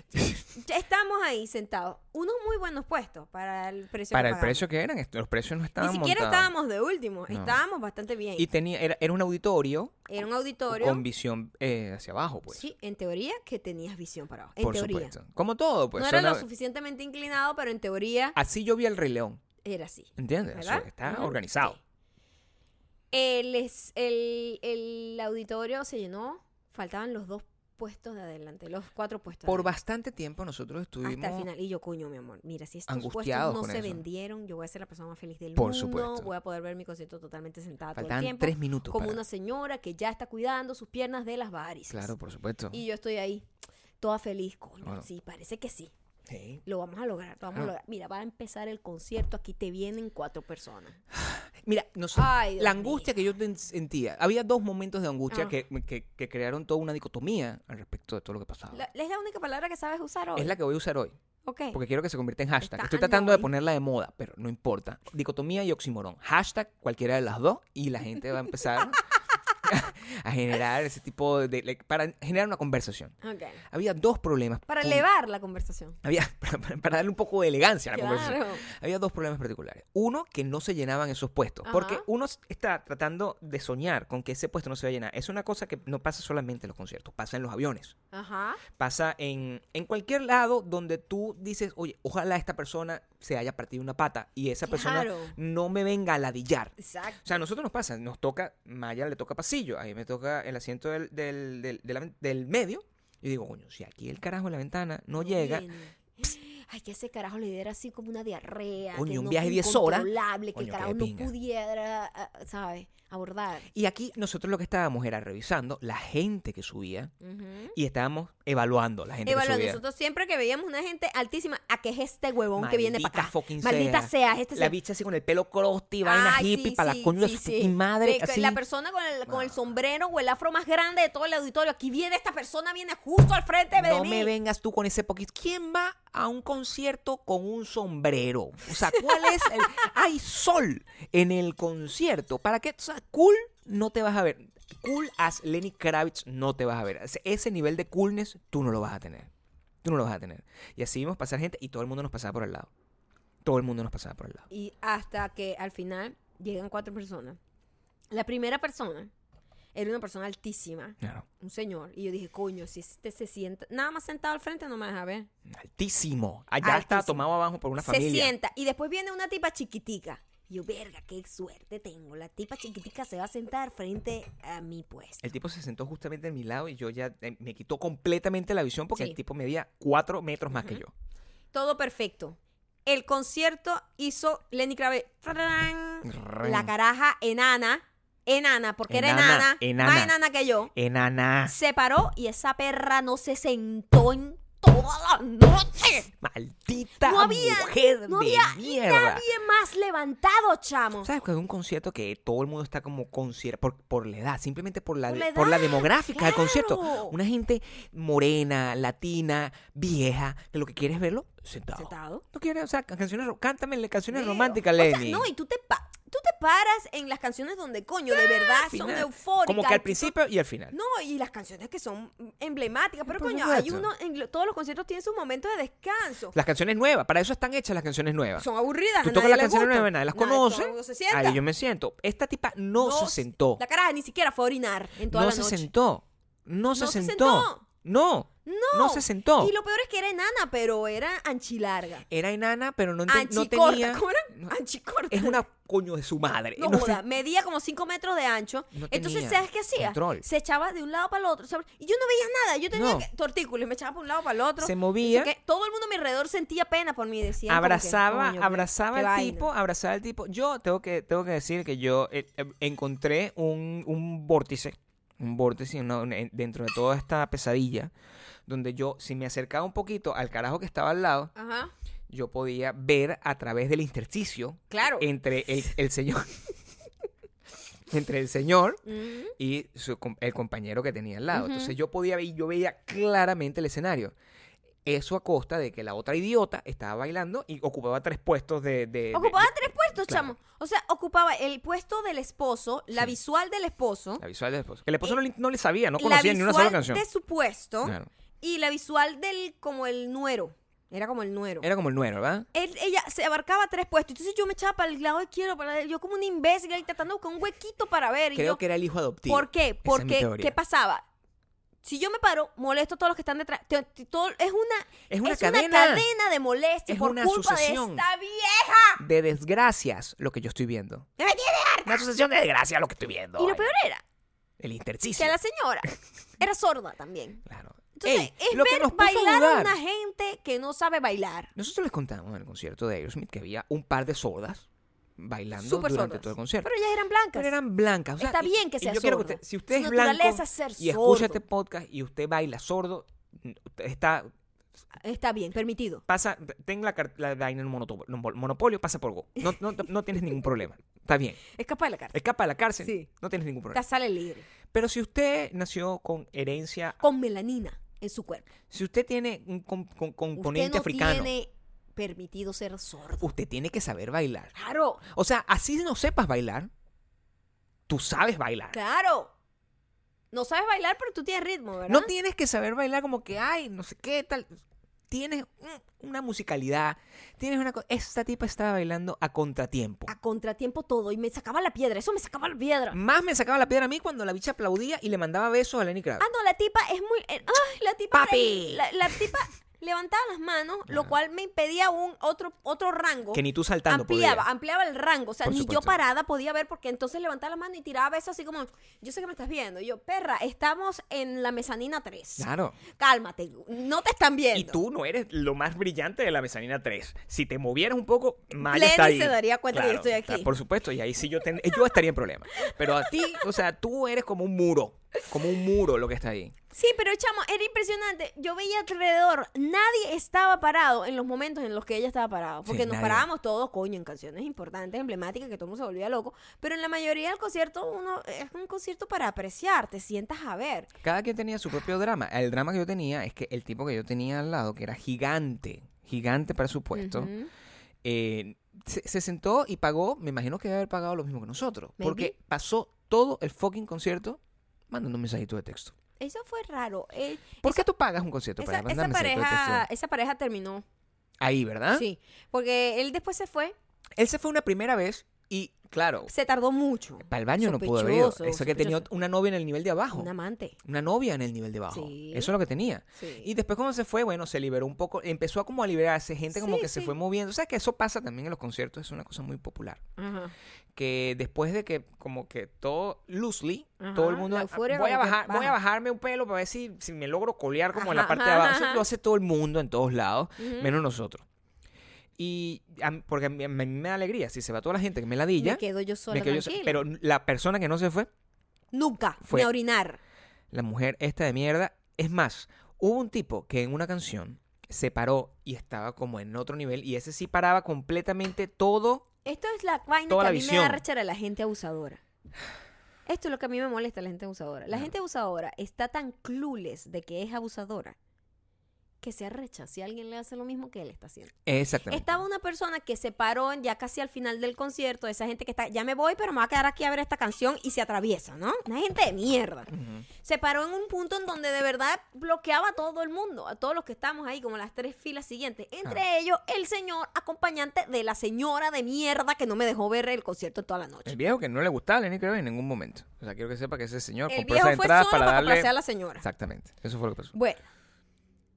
A: sí. Ya Estamos ahí sentados. Unos muy buenos puestos para el precio. que
C: Para el
A: pagamos.
C: precio que eran, est- los precios no
A: Ni
C: estaban
A: siquiera
C: montados.
A: estábamos de último.
C: No.
A: Estábamos bastante bien.
C: Y tenía, era, era un auditorio
A: Era un auditorio.
C: con visión eh, hacia abajo, pues.
A: Sí, en teoría que tenías visión para abajo. En
C: por
A: teoría.
C: supuesto. Como todo, pues.
A: no era
C: son
A: lo
C: a-
A: suficientemente inclinado, pero en teoría
C: Así yo vi al Rey León,
A: era así.
C: ¿entiendes? O sea,
A: ¿Verdad?
C: está
A: Ujú.
C: organizado.
A: Sí. El, es- el, el auditorio se llenó, faltaban los dos puestos de adelante, los cuatro puestos. de
C: Por
A: adelante,
C: bastante tiempo nosotros estuvimos...
A: hasta el final. Y yo, coño, mi amor, mira, si estos
C: angustiados
A: puestos no
C: con
A: se
C: eso.
A: vendieron, yo voy a ser la persona más feliz del
C: Por
A: mundo.
C: supuesto.
A: Voy a poder ver mi concierto totalmente sentada todo el
C: Faltaban
A: tiempo.
C: tres minutos.
A: como
C: para-
A: una señora que ya está cuidando sus piernas de las varices.
C: Claro, por supuesto.
A: Y yo estoy ahí, toda feliz, coño,
C: Claro.
A: sí, parece que sí.
C: Sí.
A: Lo vamos a lograr, lo vamos
C: Claro.
A: a lograr. Mira, va a empezar el concierto, aquí te vienen cuatro personas.
C: Mira, no sé,
A: Ay, Dios
C: la angustia que yo ten- sentía, había dos momentos de angustia
A: Ah.
C: que, que- que crearon toda una dicotomía al respecto de todo lo que pasaba.
A: La- es la única palabra que sabes usar hoy.
C: es la que voy a usar hoy,
A: Ok.
C: porque quiero que se convierta en hashtag.
A: Eh, Está
C: Estoy tratando de
A: annoying.
C: ponerla de moda, pero no importa. Dicotomía y oximorón. Hashtag cualquiera de las dos y la gente va a empezar a generar ese tipo de, de- para generar una conversación.
A: Ok.
C: Había dos problemas.
A: Para
C: fun-
A: elevar la conversación.
C: Había, para, para- para darle un poco de elegancia a la conversación.
A: Claro.
C: Había dos problemas particulares. Uno, que no se llenaban esos puestos.
A: Ajá.
C: Porque uno s- está tratando de soñar con que ese puesto no se va a llenar. Es una cosa que no pasa solamente en los conciertos, pasa en los aviones.
A: Ajá.
C: Pasa en, en cualquier lado donde tú dices, oye, ojalá esta persona se haya partido una pata y esa persona
A: Claro.
C: no me venga a ladillar.
A: Exacto.
C: O sea, a nosotros nos pasa, nos toca, Maya le toca pasillo, a mí me toca el asiento del, del, del, de la ven- del medio. Y digo, coño, si aquí el carajo en la ventana no llega,
A: Viene. Ay, que ese carajo le diera así como una diarrea.
C: Coño,
A: que
C: un
A: no-
C: viaje de 10 horas.
A: incontrolable, que
C: Coño,
A: el
C: qué
A: carajo
C: de
A: no
C: pinga.
A: pudiera, ah, ah, ¿sabes? Abordar.
C: Y aquí nosotros lo que estábamos era revisando la gente que subía
A: Ujú.
C: y estábamos evaluando la gente
A: Evaluando.
C: que subía.
A: nosotros siempre que veíamos una gente altísima, ¿a qué es este huevón que viene
C: Maldita
A: para acá?
C: fucking
A: Maldita sea, este
C: La
A: sea-
C: bicha así con el pelo crusty, vaina
A: Ay,
C: hippie,
A: sí,
C: para
A: sí,
C: la coño de
A: sí,
C: su
A: sí.
C: fucking madre.
A: Ve que
C: así.
A: La persona con el, con el
C: Ah.
A: sombrero o el afro más grande de todo el auditorio. Aquí viene esta persona, viene justo al frente de
C: no
A: mí.
C: me vengas tú con ese poquito. ¿Quién va a un concierto con un sombrero? O sea, ¿cuál es el. Hay sol en el concierto. ¿Para qué? O sea, cool no te vas a ver. Cool as Lenny Kravitz no te vas a ver. Ese- Ese nivel de coolness tú no lo vas a tener. Tú no lo vas a tener. Y así vimos pasar gente y todo el mundo nos pasaba por el lado. Todo el mundo nos pasaba por el lado.
A: Y hasta que al final llegan cuatro personas. La primera persona era una persona altísima,
C: Claro.
A: un señor. Y yo dije, coño, si este se sienta, nada más sentado al frente no me deja ver.
C: Altísimo. Allá está
A: Altísimo.
C: tomado abajo por una
A: se
C: familia.
A: sienta. Y después viene una tipa chiquitica. Y yo, verga, qué suerte tengo. La tipa chiquitica se va a sentar frente a mí, pues.
C: El tipo se sentó justamente a mi lado y yo ya eh, me quitó completamente la visión porque
A: Sí.
C: el tipo medía cuatro metros más que yo.
A: Todo perfecto. El concierto hizo Lenny Kravitz. ¡Tarán!
C: Ren.
A: La caraja enana. Enana, porque era
C: Enana,
A: enana. Más
C: enana.
A: enana que yo.
C: Enana.
A: Se paró y esa perra no se sentó en toda la noche.
C: Maldita
A: No había-
C: mujer
A: no
C: de
A: había
C: mierda.
A: Nadie más levantado, chamo.
C: ¿Sabes que es un concierto que todo el mundo está como concier- por, por la edad, simplemente por la,
A: Por
C: de-
A: la
C: por la
A: edad,
C: demográfica del concierto?
A: claro.
C: Una gente morena, latina, vieja, que lo que quiere es verlo sentado.
A: Sentado.
C: No quiere, o sea, can- canciones, ro- cántame canciones
A: Pero,
C: románticas,
A: o sea,
C: Lenny.
A: no, y tú te, pa- tú te paras en las canciones donde, coño, de verdad
C: Al
A: son
C: final.
A: eufóricas.
C: Como que al
A: tú-
C: principio y al final.
A: No, y las canciones que son mm, emblemáticas. Pero,
C: Por
A: coño, hay
C: supuesto.
A: uno. En lo- todos los conciertos tienen sus momentos de descanso.
C: Las canciones nuevas, para eso están hechas las canciones nuevas.
A: Son aburridas.
C: Tú
A: a nadie
C: tocas las
A: le
C: canciones
A: gustan.
C: nuevas, nadie las
A: Nadie-
C: conoce.
A: todo el mundo se sienta.
C: Ahí yo me siento. Esta tipa no,
A: No
C: se
A: se-
C: sentó.
A: La caraja ni siquiera fue a orinar en toda
C: no
A: la
C: se
A: noche.
C: sentó. No se
A: No se
C: sentó.
A: sentó.
C: No.
A: No.
C: No se sentó.
A: Y lo peor es que era enana, pero era anchilarga.
C: Era enana, pero no, enten- no
A: Anchicorta.
C: tenía.
A: ¿Cómo era?
C: no-
A: Anchicorta.
C: Es una coño de su madre.
A: No
C: No
A: joda,
C: sé-
A: medía como 5 metros de ancho.
C: No
A: Entonces,
C: tenía
A: ¿sabes qué hacía?
C: control.
A: Se echaba de un lado para el otro. sobre- Y yo no veía nada. Yo tenía
C: No.
A: que- tortículos. Me echaba para un lado para el otro.
C: Se movía.
A: No sé qué. todo el mundo a mi alrededor sentía pena por mí. Decían como que,
C: abrazaba,
A: "Coño,
C: abrazaba
A: qué
C: al
A: vaina".
C: tipo, abrazaba al tipo. Yo tengo que, tengo que decir que yo eh, eh, encontré un, un vórtice, un vórtice una- una- dentro de toda esta pesadilla, donde yo, si me acercaba un poquito al carajo que estaba al lado,
A: Ajá.
C: yo podía ver a través del intersticio
A: Claro.
C: entre el, el señor. entre el señor
A: Mm.
C: y su com- el compañero que tenía al lado.
A: Ujú.
C: Entonces yo podía ver, y yo veía claramente el escenario. Eso a costa de que la otra idiota estaba bailando y ocupaba tres puestos de... de- de-
A: Ocupaba
C: de-
A: tres puestos,
C: Claro.
A: chamo. O sea, ocupaba el puesto del esposo, la
C: Sí.
A: visual del esposo,
C: la visual del esposo. Que el esposo
A: Eh,
C: no, le, no le sabía, no
A: la
C: conocía
A: visual
C: ni una sola canción.
A: de su puesto
C: Claro.
A: y la visual del como el nuero. Era como el nuero.
C: Era como el nuero, ¿verdad?
A: Él- ella se abarcaba tres puestos. Entonces yo me echaba para el lado izquierdo, para el- yo como un imbécil ahí tratando de buscar un huequito para ver. y
C: Creo
A: yo,
C: que era el hijo adoptivo.
A: ¿Por qué?
C: Esa es mi
A: Porque,
C: teoría.
A: ¿qué pasaba? Si yo me paro, molesto a todos los que están detrás. Te- te- todo- es una,
C: Es una
A: es
C: cadena.
A: cadena de molestia
C: Es
A: por
C: una
A: culpa
C: sucesión.
A: de esta vieja.
C: De desgracias lo que yo estoy viendo.
A: ¡Me tiene harta!
C: Una sucesión de desgracias lo que estoy viendo.
A: Y lo
C: vale.
A: peor era
C: El
A: que
C: intersticio.
A: la señora era sorda también.
C: Claro.
A: Entonces,
C: Ey,
A: es
C: lo que
A: ver
C: nos puso a
A: bailar a
C: dudar.
A: una gente que no sabe bailar.
C: Nosotros les contamos en el concierto de Aerosmith que había un par de sordas bailando
A: Súper
C: durante
A: sordas.
C: todo el concierto.
A: Pero ellas eran blancas.
C: Pero eran blancas. o sea,
A: Está
C: y-
A: bien que
C: y
A: sea
C: yo quiero
A: sordo.
C: usted- si usted
A: Su
C: es blanco
A: naturaleza es ser
C: y
A: sordo.
C: escucha este podcast y usted baila sordo, está
A: Está bien, permitido.
C: pasa, ten la, car- la vaina en monoto- monopolio, pasa por Go. No, no, no tienes ningún problema. Está bien.
A: Escapa de la cárcel.
C: Escapa de la cárcel,
A: Sí.
C: no tienes ningún
A: Está
C: problema.
A: sale libre.
C: Pero si usted nació con herencia,
A: Con melanina en su cuerpo.
C: si usted tiene un com- con-
A: Usted
C: componente
A: no
C: africano,
A: tiene permitido ser sordo.
C: usted tiene que saber bailar.
A: Claro,
C: O sea, así no sepas bailar, tú sabes bailar.
A: claro. No sabes bailar, pero tú tienes ritmo, ¿verdad?
C: No tienes que saber bailar como que, ay, no sé qué tal. Tienes un- una musicalidad, tienes una cosa. Esta tipa estaba bailando a contratiempo.
A: A contratiempo todo. Y me sacaba la piedra. Eso me sacaba la piedra.
C: Más me sacaba la piedra a mí cuando la bicha aplaudía y le mandaba besos a Lenny Kravitz.
A: Ah, no, la tipa es muy. eh, ¡Ay! La tipa.
C: Papi.
A: La, la tipa levantaba las manos, lo cual me impedía un otro, otro rango.
C: Que ni tú saltando
A: ampliaba,
C: podías.
A: ampliaba el rango. O sea,
C: Por
A: ni yo
C: supuesto.
A: parada podía ver porque entonces levantaba la mano y tiraba eso así como, yo sé que me estás viendo. Y yo, perra, estamos en la mezanina 3.
C: Claro.
A: Cálmate, no te están viendo.
C: Y tú no eres lo más brillante de la mezanina 3. Si te movieras un poco, Maya
A: Lenny
C: está ahí.
A: se daría cuenta que yo estoy aquí.
C: está- Por supuesto, y ahí sí yo, ten- eh, yo estaría en problema. Pero a ti, o sea, tú eres como un muro. Como un muro lo que está ahí.
A: Sí, pero chamo, era impresionante. Yo veía alrededor, nadie estaba parado en los momentos en los que ella estaba parada. Porque nos
C: nadie.
A: parábamos todos, coño, en canciones importantes, emblemáticas, que todo el mundo se volvía loco. Pero en la mayoría del concierto, uno es un concierto para apreciar, te sientas a ver.
C: Cada quien tenía su propio drama. El drama que yo tenía es que el tipo que yo tenía al lado, que era gigante, gigante para su puesto,
A: Ujú.
C: eh, se, se sentó y pagó, me imagino que debe haber pagado lo mismo que nosotros.
A: Maybe.
C: Porque pasó todo el fucking concierto mandando un mensajito de texto.
A: Eso fue raro. Eh,
C: ¿Por qué tú pagas un concierto
A: esa,
C: para
A: esa
C: mandar un mensajito de ¿Ah?
A: pareja,
C: texto?
A: esa pareja terminó.
C: Ahí, ¿verdad?
A: Sí. Porque él después se fue,
C: Él se fue una primera vez y, claro,
A: se tardó mucho.
C: para el baño no pudo haber ido.
A: Sospechoso,
C: Eso que tenía
A: sospechoso.
C: una novia en el nivel de abajo.
A: Un
C: Una,
A: amante.
C: novia en el nivel de abajo.
A: Sí.
C: Eso es lo que tenía.
A: Sí.
C: Y después cuando se fue, bueno, se liberó un poco, empezó a como a liberarse, gente como
A: Sí,
C: que se
A: sí.
C: fue moviendo. O sea, que eso pasa también en los conciertos, es una cosa muy popular.
A: Ajá.
C: Que después de que como que todo loosely,
A: Ajá,
C: todo el mundo
A: la
C: "Ah,
A: euforia
C: voy a
A: como que
C: bajar, voy a
A: baja".
C: bajarme un pelo para ver si, si me logro colear como en la
A: Ajá,
C: parte
A: ajá,
C: de abajo.
A: ajá.
C: Eso lo hace todo el mundo en todos lados,
A: Ujú.
C: menos nosotros. Y a mí- porque a mí, a mí me da alegría, si se va toda la gente que me ladilla,
A: Me quedo yo sola.
C: me quedo yo-
A: tranquila.
C: pero la persona que no se fue,
A: Nunca.
C: Fue-
A: Ni a orinar.
C: la mujer esta de mierda. Es más, hubo un tipo que en una canción se paró y estaba como en otro nivel y ese sí paraba completamente todo.
A: Esto es la vaina
C: Toda
A: que a
C: la
A: mí me da
C: visión.
A: rechera la gente abusadora. Esto es lo que a mí me molesta la gente abusadora. La
C: Claro.
A: gente abusadora está tan clueless de que es abusadora que se arrecha si alguien le hace lo mismo que él está haciendo.
C: Exactamente.
A: Estaba una persona que se paró ya casi al final del concierto, esa gente que está, ya me voy, pero me voy a quedar aquí a ver esta canción y se atraviesa, ¿no? Una gente de mierda.
C: Ujú.
A: Se paró en un punto en donde de verdad bloqueaba a todo el mundo, a todos los que estamos ahí, como las tres filas siguientes. Entre
C: Ah.
A: ellos, el señor acompañante de la señora de mierda que no me dejó ver el concierto en toda la
C: El
A: noche.
C: viejo que no le gustaba a Lenny Kravitz en ningún momento. O sea, quiero que sepa que ese señor
A: El,
C: compró
A: viejo
C: esa
A: fue
C: entrada
A: solo
C: para
A: para,
C: darle.
A: complacer a la señora.
C: Exactamente. Eso fue lo que pasó.
A: Bueno,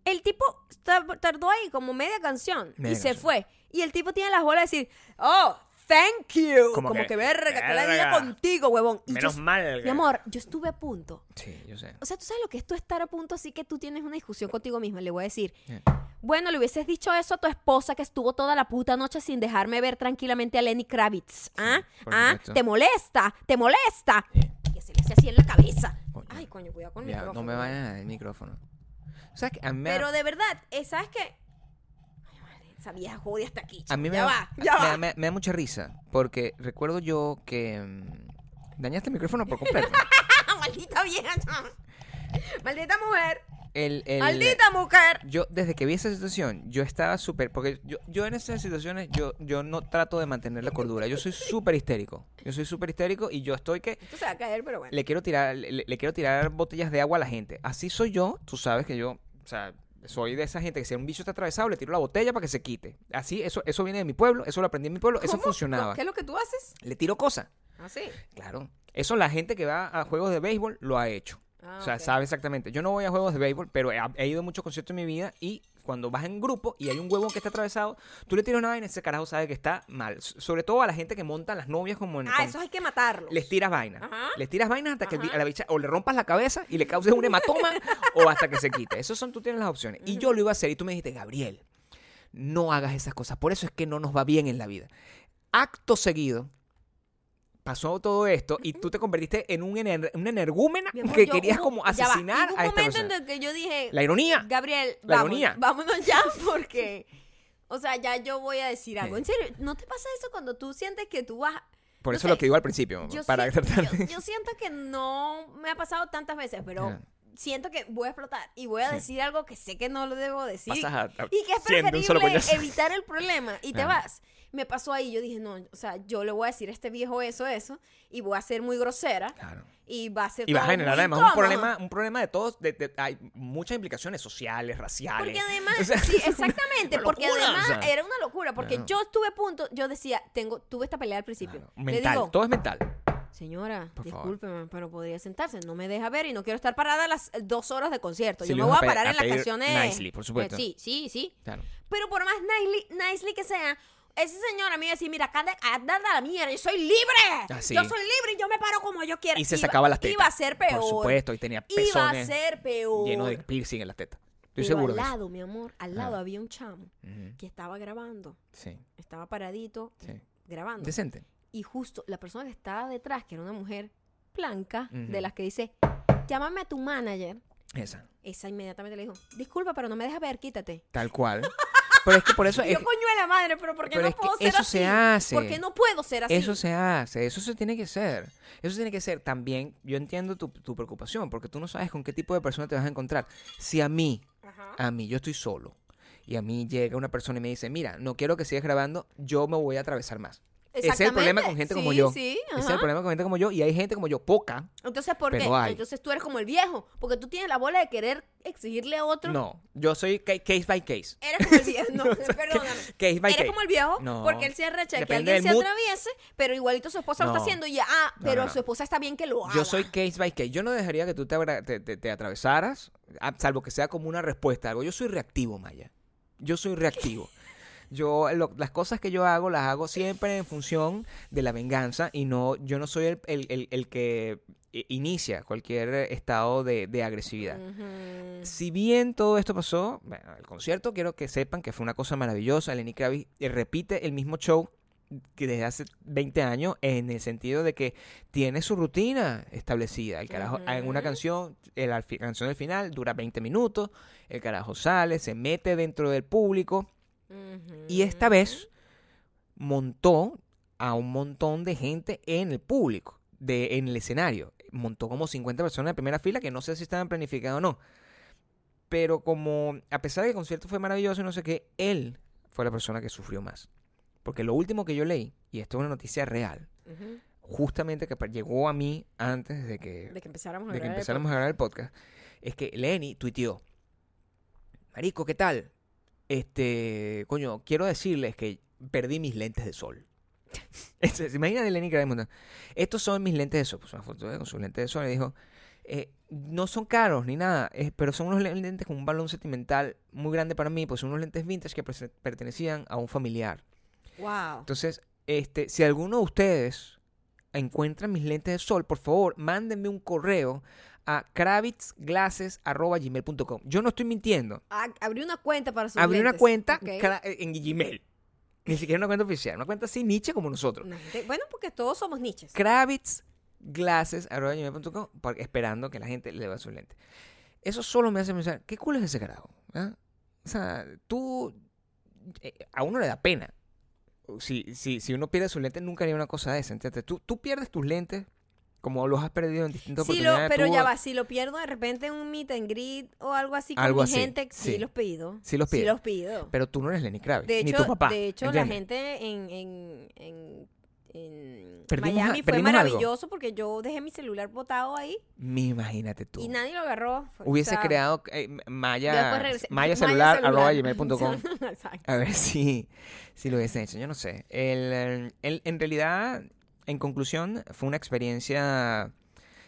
A: el tipo tar- tardó ahí como media canción
C: Media
A: y se
C: canción.
A: fue. Y el tipo tiene las bolas de decir, oh, thank you.
C: Como
A: Como,
C: que,
A: que, verga, que la vida
C: verga.
A: contigo, huevón. Y
C: Menos
A: yo-
C: mal.
A: Mi amor, yo estuve a punto.
C: Sí, yo sé.
A: O sea, tú sabes lo que es tú estar a punto así que tú tienes una discusión contigo misma. Le voy a decir,
C: Sí.
A: bueno, le hubieses dicho eso a tu esposa que estuvo toda la puta noche sin dejarme ver tranquilamente a Lenny Kravitz. ¿Ah?
C: por
A: ¿Ah?
C: supuesto.
A: ¿Te molesta? ¿te molesta? Que se le hace así en la cabeza.
C: Coño.
A: Ay, coño, cuidado con el
C: Ya, no
A: micrófono.
C: me vayan el micrófono. O sea, que a mí me da-
A: Pero de verdad, eh, ¿sabes qué? Ay, madre, Esa vieja jode hasta aquí.
C: A
A: chico.
C: mí me,
A: ya
C: da,
A: va, ya
C: me,
A: va.
C: da- me- me da mucha risa, porque recuerdo yo que... mm, dañaste el micrófono por completo.
A: Maldita vieja. Maldita mujer.
C: El- el-
A: Maldita mujer.
C: Yo, desde que vi esa situación, yo estaba súper... Porque yo, yo en esas situaciones, yo, yo no trato de mantener la cordura. Yo soy súper histérico. Yo soy súper histérico y yo estoy que...
A: Esto se va a caer, pero bueno.
C: Le quiero, tirar, le, le quiero tirar botellas de agua a la gente. Así soy yo. Tú sabes que yo... O sea, soy de esa gente que si un bicho está atravesado, le tiro la botella para que se quite. Así, eso, eso viene de mi pueblo. Eso lo aprendí en mi pueblo. Eso
A: ¿Cómo?
C: funcionaba.
A: ¿Qué es lo que tú haces? Ah,
C: Le tiro cosas.
A: Así.
C: Claro. Eso la gente que va a juegos de béisbol lo ha hecho.
A: Ah,
C: o sea,
A: ok.
C: sabe exactamente. Yo no voy a juegos de béisbol, pero he, he ido a muchos conciertos en mi vida y cuando vas en grupo y hay un huevón que está atravesado, tú le tiras una vaina y ese carajo sabe que está mal. S- Sobre todo a la gente que monta las novias como en...
A: Ah,
C: con-
A: esos hay que matarlos.
C: les tiras vainas.
A: Ajá.
C: Les tiras vainas hasta que el di-
A: Ajá.
C: a la bicha o le rompas la cabeza y le causes un hematoma o hasta que se quite. Esas son, tú tienes las opciones. Y yo lo iba a hacer y tú me dijiste, Gabriel, no hagas esas cosas. Por eso es que no nos va bien en la vida. Acto seguido, pasó todo esto y tú te convertiste en un, ener- una energúmena
A: Mi amor,
C: que
A: yo
C: querías
A: hubo-
C: como
A: ya va,
C: asesinar
A: hubo
C: a
A: un momento
C: esta
A: en
C: persona.
A: el que yo dije,
C: La ironía.
A: Gabriel,
C: La
A: vamos-
C: ironía.
A: vámonos ya porque, o sea, ya yo voy a decir algo.
C: Sí.
A: En serio, ¿no te pasa eso cuando tú sientes que tú vas...
C: Por
A: no
C: eso
A: sé,
C: lo que digo al principio,
A: Yo,
C: para
A: siento,
C: tratar de-
A: yo, yo siento que no me ha pasado tantas veces, pero
C: Ajá.
A: siento que voy a explotar y voy a
C: Sí.
A: decir algo que sé que no lo debo decir.
C: Pasas a- a-
A: Y que es
C: siendo un solo
A: preferible
C: coñazo.
A: evitar el problema y te
C: Claro.
A: vas. Me pasó ahí, yo dije, no, o sea, yo le voy a decir a este viejo eso, eso, y voy a ser muy grosera
C: Claro.
A: y va a ser
C: Y vas
A: todo
C: a generar
A: muy
C: además un
A: incómodo.
C: problema, un problema de todos, de- de- hay muchas implicaciones sociales, raciales.
A: Porque además,
C: O sea,
A: sí, exactamente,
C: una
A: porque
C: locura,
A: además
C: o sea.
A: era una locura, porque
C: Claro.
A: yo estuve a punto, yo decía, tengo, tuve esta pelea al principio.
C: Claro,
A: Le
C: mental,
A: digo,
C: todo es mental.
A: señora,
C: Por favor.
A: discúlpeme, pero podría sentarse, no me deja ver y no quiero estar parada las dos horas de concierto.
C: Sí,
A: yo
C: le
A: me voy a
C: vas a pe-
A: parar
C: a
A: en las
C: pedir
A: canciones.
C: nicely, por supuesto.
A: Eh, sí, sí, sí.
C: Claro.
A: Pero por más nicely, nicely que sea, ese señor a mí me decía, mira, acá anda la mierda, yo soy libre.
C: Ah, sí.
A: Yo soy libre y yo me paro como yo quiera.
C: Y se
A: Iba-
C: sacaba las tetas.
A: Iba a ser peor.
C: Por supuesto, y tenía
A: Iba a
C: pezones
A: ser peor.
C: llenos de piercing en las tetas. Estoy
A: Pero
C: seguro
A: al
C: de eso.
A: lado, mi amor, al lado
C: Ah.
A: había un chamo
C: Ujú,
A: que estaba grabando.
C: Sí,
A: Estaba paradito
C: sí.
A: grabando.
C: Decente.
A: y justo la persona que estaba detrás, que era una mujer blanca,
C: Ujú.
A: de las que dice, llámame a tu manager.
C: Esa.
A: Esa inmediatamente le dijo, disculpa, pero no me dejas ver, quítate.
C: Tal cual. Pero es que por eso.
A: Y
C: Es,
A: yo, coño de la madre, pero ¿por qué
C: pero
A: no
C: es que
A: puedo ser
C: eso
A: así?
C: se hace.
A: ¿Por qué no puedo ser así?
C: Eso se hace, eso se tiene que ser. Eso tiene que ser. También yo entiendo tu, tu preocupación, porque tú no sabes con qué tipo de persona te vas a encontrar. Si a mí, a mí, yo estoy solo, y a mí llega una persona y me dice, mira, no quiero que sigas grabando, yo me voy a atravesar más. Ese es el
A: Exactamente.
C: problema con gente como
A: Sí,
C: yo.
A: sí,
C: Ese es
A: ajá.
C: el problema con gente como yo, y hay gente como yo, poca.
A: Entonces, ¿por
C: Pero
A: qué?
C: hay.
A: Entonces tú eres como el viejo, porque tú tienes la bola de querer exigirle a otro.
C: No, yo soy ca- case by case.
A: Eres como el viejo, no, perdóname.
C: Case by
A: Eres
C: case.
A: como el viejo,
C: No.
A: porque él se arrecha de que
C: Depende
A: alguien se
C: del mood.
A: atraviese, pero igualito su esposa lo
C: No.
A: está haciendo y ya, ah,
C: No,
A: pero
C: no, no.
A: su esposa está bien que lo haga.
C: Yo soy case by case. Yo no dejaría que tú te, abra- te- te- te atravesaras, a- salvo que sea como una respuesta a algo. Yo soy reactivo, Maya. Yo soy reactivo. Yo lo- las cosas que yo hago las hago siempre en función de la venganza y no yo no soy el, el- el- el que i- inicia cualquier eh, estado de, de agresividad.
A: Ujú.
C: Si bien todo esto pasó, bueno, el concierto quiero que sepan que fue una cosa maravillosa. Lenny Kravitz eh, repite el mismo show que desde hace 20 años en el sentido de que tiene su rutina establecida. El carajo
A: Ujú.
C: en una canción, el al fi- canción del final dura 20 minutos, el carajo sale, se mete dentro del público y esta vez montó a un montón de gente en el público, de, en el escenario. Montó como 50 personas en primera fila que no sé si estaban planificadas o no. Pero como, a pesar de que el concierto fue maravilloso y no sé qué, él fue la persona que sufrió más. Porque lo último que yo leí, y esto es una noticia real,
A: Ujú.
C: justamente que pa- llegó a mí antes de que
A: De que empezáramos a
C: de que
A: grabar el
C: empezáramos a grabar el podcast, es que Lenny tuiteó, Marico, ¿qué tal? Este, coño, quiero decirles que perdí mis lentes de sol. Ese- ¿Se imaginan a Lenny Kravitz montando, Estos son mis lentes de sol. Pues una foto de él con sus lentes de sol y dijo, eh, no son caros ni nada, eh, pero son unos le- lentes con un valor sentimental muy grande para mí, pues son unos lentes vintage que perse- pertenecían a un familiar.
A: podcast. Wow.
C: Entonces, este, si alguno de ustedes encuentra mis lentes de sol, por favor, mándenme un correo a kravitzglasses.gmail.com. Yo no estoy mintiendo.
A: Ah, abrí una cuenta para sus
C: Abrí una
A: lentes.
C: cuenta
A: Ok.
C: cra- eh, en Gmail. Ni siquiera una cuenta oficial, una cuenta así niche como nosotros.
A: Una gente- Bueno, porque todos somos niches.
C: kravitzglasses.gmail.com por- esperando que la gente le dé sus lentes. Eso solo me hace pensar, ¿qué culo es ese carajo? ¿Ah? O sea, tú... eh, a uno le da pena. Si, si, si uno pierde sus lentes, nunca haría una cosa de esa. ¿entiendes? Tú, tú pierdes tus lentes como los has perdido en distintas
A: Sí, lo,
C: oportunidades.
A: pero
C: tú-
A: ya va, si lo pierdo de repente en un meet and greet o algo así con
C: Algo
A: mi
C: así,
A: gente, sí,
C: sí.
A: los pido.
C: Sí los pido.
A: Sí los pido.
C: Pero tú no eres Lenny Kravitz,
A: de
C: ni
A: hecho,
C: tu papá.
A: de hecho la
C: ¿entiendes?
A: gente en, en, en, en
C: Perdimos a-
A: Miami fue
C: perdimos algo.
A: maravilloso porque yo dejé mi celular botado ahí
C: Me imagínate tú.
A: y nadie lo agarró. Fue- o
C: Hubiese
A: sea,
C: creado eh,
A: yo después
C: maya,
A: regresé-
C: mayacelular arroba
A: celular.
C: gmail.com.
A: Exacto.
C: A ver si, si lo hubiesen hecho, yo no sé. El, el- en realidad, en conclusión, fue una experiencia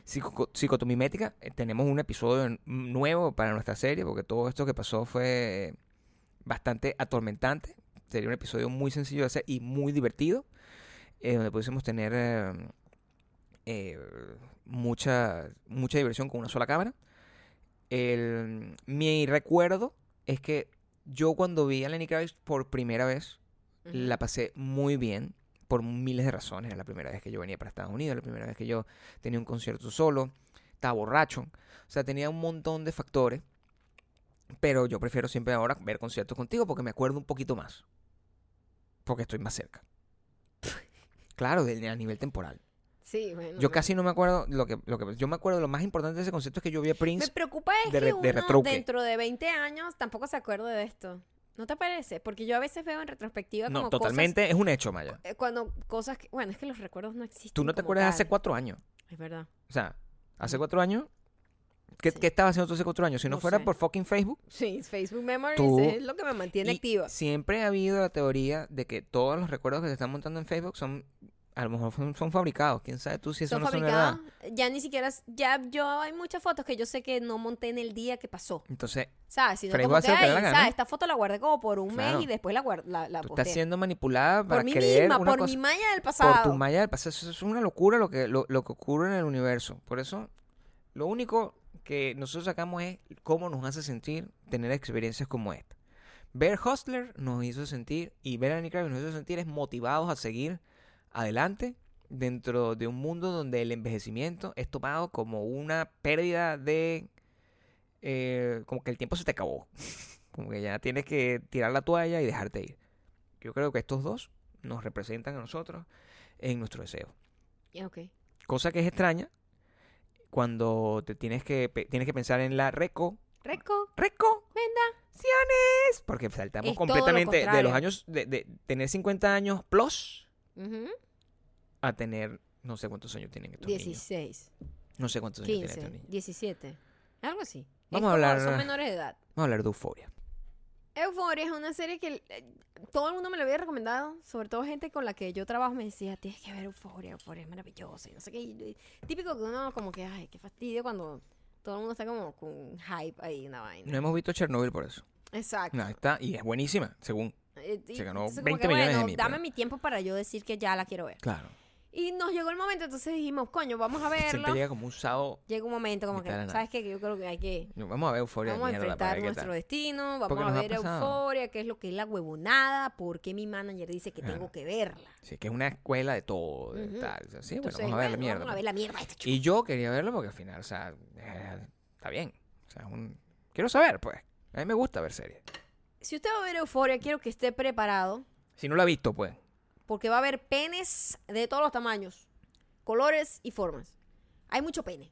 C: psico- psicotomimética, eh, tenemos un episodio n- nuevo para nuestra serie, porque todo esto que pasó fue bastante atormentante. Sería un episodio muy sencillo de hacer y muy divertido, eh, donde pudiésemos tener eh, eh, mucha, mucha diversión con una sola cámara. El- mi recuerdo es que yo cuando vi a Lenny Kravitz por primera vez,
A: Ujú.
C: la pasé muy bien por miles de razones. Era la primera vez que yo venía para Estados Unidos, la primera vez que yo tenía un concierto solo, estaba borracho. O sea, tenía un montón de factores. Pero yo prefiero siempre ahora ver conciertos contigo porque me acuerdo un poquito más. Porque estoy más cerca. Claro, del- a nivel temporal.
A: Sí, bueno.
C: Yo
A: no.
C: casi no me acuerdo lo que, lo que yo me acuerdo lo más importante de ese concierto es que yo vi a
A: Me
C: Prince.
A: preocupa es
C: de
A: que
C: re- de
A: uno
C: retruque.
A: dentro de 20 años tampoco se acuerde de esto. ¿No te parece? Porque yo a veces veo en retrospectiva
C: No,
A: como
C: totalmente es un hecho, Maya.
A: cosas eh, cuando cosas que, bueno, es que los recuerdos no existen.
C: Tú no te
A: como
C: acuerdas de hace
A: tal.
C: cuatro años.
A: Es verdad.
C: O sea, hace cuatro años. ¿Qué,
A: Sí.
C: qué estabas haciendo tú hace cuatro años? Si no,
A: No
C: fuera
A: sé.
C: por fucking Facebook.
A: Sí, Facebook Memories
C: Tú-
A: es lo que me mantiene
C: y
A: activa.
C: Siempre ha habido la teoría de que todos los recuerdos que se están montando en Facebook son. A lo mejor son, son fabricados. Quién sabe tú si eso
A: Son
C: no son
A: fabricadas.
C: verdad.
A: Ya ni siquiera, ya yo hay muchas fotos que yo sé que no monté en el día que pasó.
C: Entonces,
A: ¿Sabes? Sino
C: Pero
A: como
C: igual
A: que,
C: se lo que
A: "Ay,
C: da la gana".
A: ¿sabes? Esta foto la guardé como por un
C: Claro.
A: mes y después la, guard- la, la
C: tú
A: posteé.
C: estás siendo manipulada para
A: Ah, pues por mí
C: creer
A: misma,
C: una
A: por
C: cosa.
A: mi malla del
C: por
A: pasado.
C: tu malla del pasado. Eso es una locura lo que, lo, lo que ocurre en el universo. Por eso, lo único que nosotros sacamos es cómo nos hace sentir tener experiencias como esta. Ver Hustler nos hizo sentir, y ver a Lenny Kravitz nos hizo sentir es motivados a seguir adelante dentro de un mundo donde el envejecimiento es tomado como una pérdida de... eh, como que el tiempo se te acabó. Como que ya tienes que tirar la toalla y dejarte ir. Yo creo que estos dos nos representan a nosotros en nuestro deseo.
A: Ya, ok.
C: Cosa que es extraña cuando te tienes que pe- tienes que pensar en la reco
A: Reco,
C: reco
A: venda.
C: ciones porque saltamos
A: Es todo lo
C: completamente de los
A: contrario.
C: años de, de tener 50 años plus
A: Ujú.
C: a tener no sé cuántos años tienen estos niños.
A: 16,
C: No sé cuántos años tienen
A: 15,
C: estos niños.
A: 17. Algo así. Es
C: Vamos
A: como-
C: a hablar-
A: Son menores de edad.
C: Vamos a hablar de euforia.
A: Euphoria es una serie que eh, todo el mundo me lo había recomendado, sobre todo gente con la que yo trabajo me decía, tienes que ver Euphoria, Euphoria es maravillosa, y no sé qué. y- y típico que uno como que, ay, qué fastidio cuando todo el mundo está como con hype ahí, una vaina.
C: No hemos visto Chernobyl por eso.
A: Exacto.
C: No, está y es buenísima, según.
A: Eh, y
C: Se ganó
A: entonces como
C: 20
A: que,
C: millones de
A: bueno,
C: mil,
A: dame
C: pero-
A: mi tiempo para yo decir que ya la quiero ver.
C: Claro.
A: Y nos llegó el momento, entonces dijimos, coño, vamos a verlo.
C: Siempre llega como un sábado.
A: Llega un momento como que,
C: Mitad de la nada.
A: ¿sabes qué? Que yo creo que hay que...
C: Vamos a ver euforia.
A: Vamos a
C: mierda, para
A: enfrentar
C: ver qué tal.
A: nuestro destino,
C: Porque
A: vamos a
C: nos ha
A: ver
C: pasado.
A: euforia, qué es lo que es la huevonada, por qué mi manager dice que
C: Claro.
A: tengo que verla.
C: Sí, que es una escuela de todo, de
A: Ujú.
C: tal. o sea, sí,
A: Entonces,
C: bueno, vamos a ver la
A: bueno,
C: mierda. pues.
A: Vamos a ver la mierda esta chica.
C: Y yo quería verlo porque al final, o sea, eh, está bien. O sea, es un- quiero saber, pues. A mí me gusta ver series.
A: Si usted va a ver euforia, quiero que esté preparado,
C: Si no la ha visto, pues.
A: porque va a haber penes de todos los tamaños, colores y formas. Hay mucho pene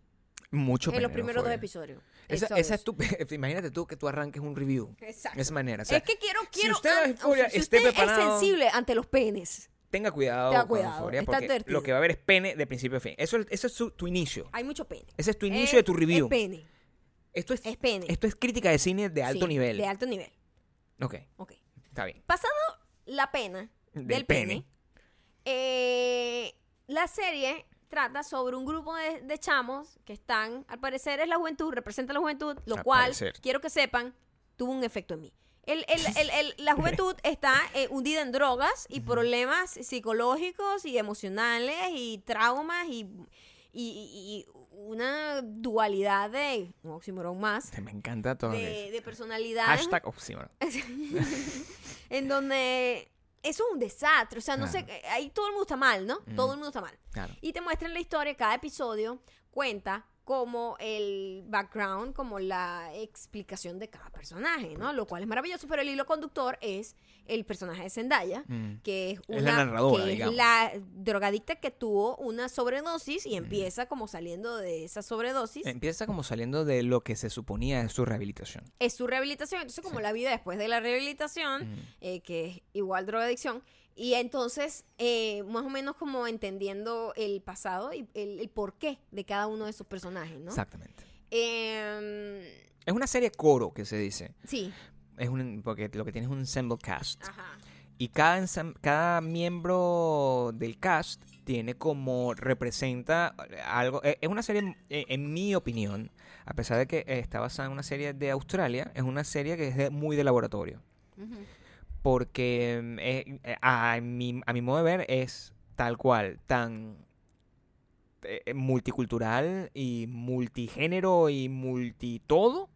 C: Mucho
A: en los
C: pena,
A: primeros dos
C: Euphoria.
A: episodios.
C: Esa,
A: episodios.
C: esa es tu- imagínate tú que tú arranques un review.
A: Exacto.
C: De
A: Es,
C: esa manera. O sea,
A: que quiero, quiero.
C: usted va a
A: an-
C: Euphoria,
A: si
C: esté
A: usted es
C: preparado.
A: sensible ante los penes.
C: tenga cuidado.
A: Tenga
C: con
A: cuidado,
C: Euphoria
A: está
C: porque
A: advertido.
C: Lo que va a haber es pene de principio a fin. Eso, es- eso es su- tu inicio.
A: Hay mucho pene.
C: Ese es tu inicio de tu
A: Es-
C: review.
A: Es pene.
C: Esto es,
A: es pene.
C: Esto es crítica de cine de alto
A: Sí,
C: nivel.
A: De alto nivel.
C: Ok,
A: Ok.
C: está bien.
A: Pasado la pena del,
C: Del
A: pene,
C: pene.
A: eh, la serie trata sobre un grupo de, de chamos que están, al parecer es la juventud, representa la juventud, lo
C: Al
A: cual,
C: parecer.
A: quiero que sepan, tuvo un efecto en mí. El- el- el- el- la juventud está eh, hundida en drogas y problemas psicológicos y emocionales y traumas y, y- y- y una dualidad de un oxímoron más
C: Este, Me encanta todo. lo que
A: de,
C: dices.
A: de personalidades
C: Hashtag oh, oxímoron.
A: en donde eso es un desastre. O sea, no sé,
C: Claro. Mm.
A: eh, ahí todo el mundo está mal, ¿no? Todo el mundo está mal.
C: Claro.
A: Y te muestran la historia, cada episodio cuenta como el background, como la explicación de cada personaje, ¿no? Lo cual es maravilloso, pero el hilo conductor es el personaje de Zendaya,
C: Mm.
A: que es una
C: Es la narradora,
A: que es
C: digamos.
A: la drogadicta que tuvo una sobredosis
C: Mm.
A: y empieza como saliendo de esa sobredosis.
C: Empieza como saliendo de lo que se suponía es su rehabilitación.
A: es su rehabilitación. Entonces, como la vida después de la rehabilitación, eh, que es igual drogadicción, y entonces, eh, más o menos como entendiendo el pasado y el, el porqué de cada uno de sus personajes, ¿no?
C: Exactamente.
A: Eh,
C: Es una serie coro que se dice.
A: sí,
C: Es un, porque lo que tiene es
A: Ah.
C: un ensemble cast.
A: ajá.
C: Y cada, ensam- cada miembro del cast tiene como representa algo. eh, Es una serie, eh, en mi opinión, a pesar de que eh, está basada en una serie de Australia, es una serie que es de- muy de laboratorio.
A: Ujú.
C: Porque mm, eh, eh, a, mi, a mi modo de ver es tal cual, tan eh, multicultural y multigénero y multitodo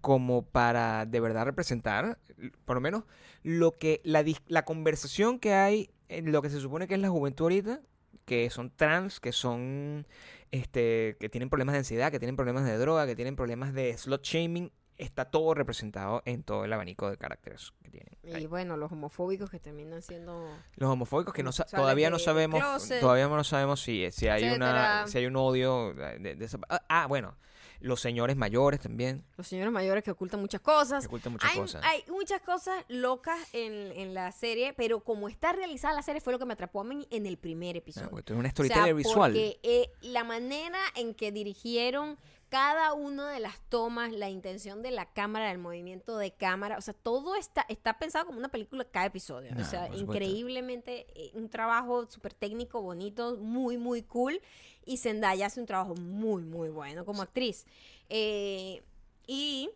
C: como para de verdad representar, l- por lo menos, lo que la, dis- la conversación que hay en lo que se supone que es la juventud ahorita, que son trans, que son, este, que tienen problemas de ansiedad, que tienen problemas de droga, que tienen problemas de slot shaming, está todo representado en todo el abanico de caracteres que tienen.
A: Y bueno, los homofóbicos que terminan siendo...
C: Los homofóbicos que no sa-
A: O sea, la
C: todavía
A: que-
C: no
A: el
C: sabemos,
A: closet.
C: todavía no sabemos si, eh, si hay una
A: Etcétera.
C: si hay un odio de, de esa- ah, ah, bueno, los señores mayores también
A: Los señores mayores que ocultan muchas
C: que
A: cosas.
C: ocultan muchas
A: hay,
C: cosas.
A: hay muchas cosas locas en, en la serie, pero como está realizada la serie fue lo que me atrapó a mí en el primer
C: Ah,
A: episodio.
C: porque tú eres una
A: O sea,
C: storyteller visual.
A: Porque eh, la manera en que dirigieron cada una de las tomas, la intención de la cámara, el movimiento de cámara, o sea, todo está, está pensado como una película cada episodio.
C: No,
A: o sea,
C: por supuesto.
A: increíblemente eh, un trabajo súper técnico, bonito, muy, muy cool. Y Zendaya hace un trabajo muy, muy bueno como actriz. Eh, y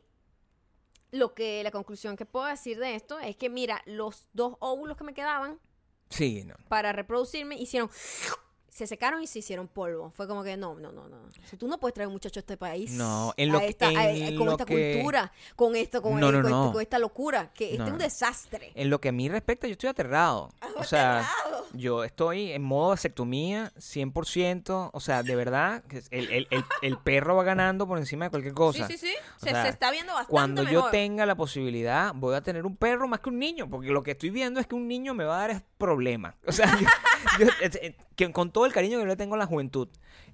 A: lo que la conclusión que puedo decir de esto es que, mira, los dos óvulos que me quedaban
C: Sí, no.
A: para reproducirme, hicieron. Se secaron y se hicieron polvo. Fue como que no, no, no, no. O sea, tú no puedes traer un muchacho a este país.
C: No, en
A: a
C: lo que-
A: esta- a-
C: en
A: con
C: lo
A: esta
C: que-
A: cultura, con esto, con,
C: No,
A: el-
C: no,
A: con,
C: no.
A: este- con esta locura. Que este
C: No,
A: es un
C: no.
A: desastre.
C: En lo que a mí respecta, yo estoy aterrado. O sea, yo estoy en modo vasectomía 100%. O sea, de verdad, que es- el, el- el- el perro va ganando por encima de cualquier cosa.
A: sí, sí, sí.
C: o
A: Se,
C: sea,
A: se está viendo bastante.
C: Cuando yo
A: mejor.
C: tenga la posibilidad, voy a tener un perro más que un niño, porque lo que estoy viendo es que un niño me va a dar es problemas. O sea, yo- yo- es- es- que con todo el cariño que yo le tengo a la juventud,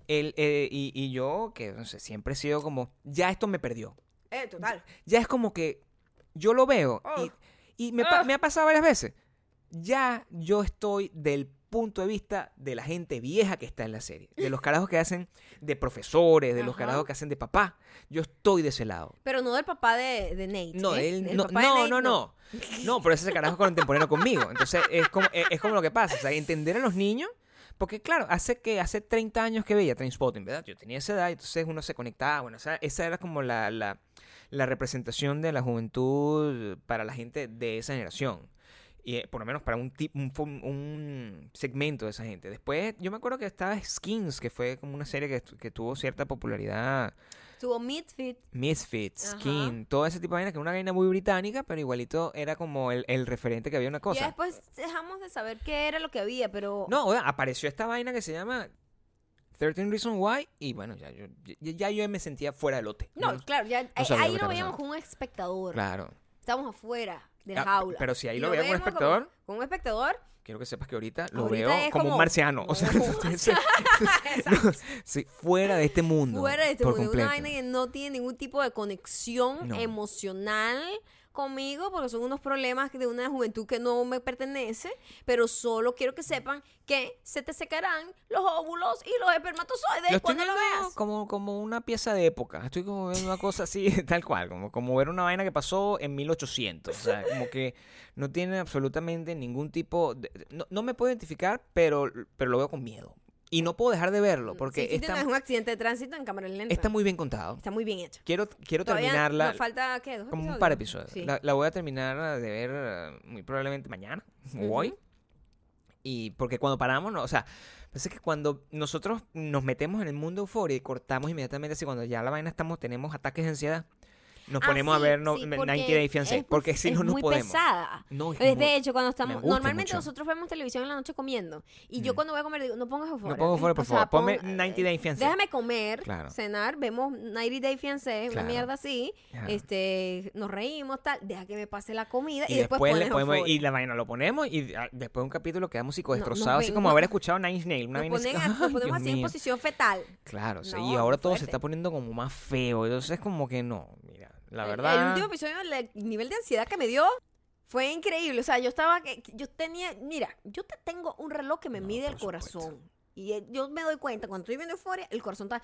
C: el, eh, y, y yo, que no sé, siempre he sido como, ya esto me perdió.
A: Eh, total.
C: Ya es como que yo lo veo
A: Ugh.
C: y, y me, pa- me ha pasado varias veces. Ya yo estoy del punto de vista de la gente vieja que está en la serie, de los carajos que hacen de profesores, de los
A: Ajá.
C: carajos que hacen de papá. Yo estoy de ese lado.
A: Pero no del papá de, de Nate.
C: No,
A: ¿eh?
C: él
A: Del
C: no,
A: papá de
C: no,
A: Nate,
C: no, no. No, pero ese es el carajo contemporáneo conmigo. Entonces, es como, es, es como lo que pasa. O sea, entender a los niños. Porque, claro, hace que hace 30 años que veía Trainspotting, ¿verdad? Yo tenía esa edad, y entonces uno se conectaba. Bueno, o sea, esa era como la, la, la representación de la juventud para la gente de esa generación. Y eh, por lo menos para un, tip- un, fo- un segmento de esa gente. Después, yo me acuerdo que estaba Skins, que fue como una serie que, que tuvo cierta popularidad
A: Tuvo Midfit.
C: Misfits,
A: Ajá.
C: Skin, todo ese tipo de vainas, que era una vaina muy británica, pero igualito era como el, el referente que había una
A: Y
C: cosa.
A: después dejamos de saber qué era lo que había, pero.
C: No, o sea, apareció esta vaina que se llama 13 Reasons Why, y bueno, ya yo, ya, ya yo me sentía fuera del lote.
A: No,
C: Yo no-
A: claro, ya, ahí-
C: sabía lo
A: ahí
C: que
A: lo
C: estaba
A: veíamos
C: pasando.
A: como un espectador.
C: Claro.
A: Estamos afuera de la
C: Ah,
A: jaula.
C: pero si ahí
A: Y
C: lo veíamos un
A: vemos como-
C: espectador.
A: Como un espectador,
C: Quiero que sepas que ahorita lo
A: Ahorita
C: veo
A: es
C: como, un
A: como-
C: marciano. O sea,
A: como-
C: entonces- sí, fuera de este mundo.
A: fuera de este
C: por
A: mundo.
C: completo.
A: Una vaina que no tiene ningún tipo de conexión
C: No.
A: emocional conmigo, porque son unos problemas de una juventud que no me pertenece, pero solo quiero que sepan que se te secarán los óvulos y los espermatozoides
C: Lo estoy
A: cuando lo
C: viendo
A: veas.
C: Como, como una pieza de época. Estoy como viendo una cosa así, tal cual. Como, como ver una vaina que pasó en 1800. O sea, como que no tiene absolutamente ningún tipo. de- de- no, no me puedo identificar, pero, pero lo veo con miedo. Y no puedo dejar de ververlo porque
A: Mm, Sí, sí,
C: está,
A: tienes un accidente de tránsito en cámara lenta.
C: está muy bien contado.
A: Está muy bien hecho.
C: Quiero, quiero
A: Todavía
C: terminarla
A: Nos falta, ¿qué? ¿Dos
C: como un
A: episodios?
C: par de episodios.
A: Sí.
C: La, la voy a terminar de ver eh, muy probablemente mañana o hoy. Y porque cuando paramos, no, o sea, pasa que cuando nosotros nos metemos en el mundo de euforia y cortamos inmediatamente así, cuando ya la vaina estamos, tenemos ataques de ansiedad, nos
A: Ah,
C: ponemos
A: sí,
C: a ver no,
A: sí,
C: 90
A: porque
C: Day Fiancé,
A: es muy-
C: porque si no,
A: es
C: no
A: muy
C: podemos.
A: pesada.
C: No, es
A: Eh,
C: muy-
A: De hecho, cuando
C: me
A: estamos.
C: gusta
A: Normalmente
C: mucho. Mm.
A: nosotros vemos televisión en la noche comiendo. Y yo cuando voy a comer digo, no pongas euforia.
C: No pongo euforia, por
A: O sea,
C: favor. Ponme
A: pon-
C: 90 Day Fiancé.
A: Déjame comer,
C: Claro.
A: cenar, vemos 90 Day Fiancé,
C: Claro.
A: una mierda así.
C: Ajá.
A: Este, nos reímos, tal. Deja que me pase la comida
C: y,
A: y,
C: después,
A: pones
C: le podemos
A: euforia.
C: y la vaina lo ponemos y ah, después de un capítulo quedamos
A: No,
C: psicodestrozados,
A: nos
C: así
A: ven-
C: como
A: no-
C: haber escuchado Nine Nail, una
A: nos,
C: vaina
A: ponen
C: así,
A: a- nos
C: ay,
A: ponemos
C: Dios
A: así en
C: mío.
A: posición fetal.
C: Claro, sí, y
A: No,
C: ahora
A: muy
C: todo se
A: fuerte.
C: está poniendo como más feo. Entonces es como que no, mira, la
A: El-
C: verdad.
A: El último episodio, el el nivel de ansiedad que me dio fue increíble. O sea, yo estaba, que- que yo tenía, mira, yo te tengo un reloj que me
C: No,
A: mide el
C: por supuesto.
A: corazón. Y eh, yo me doy cuenta, cuando estoy viendo euforia, el corazón está...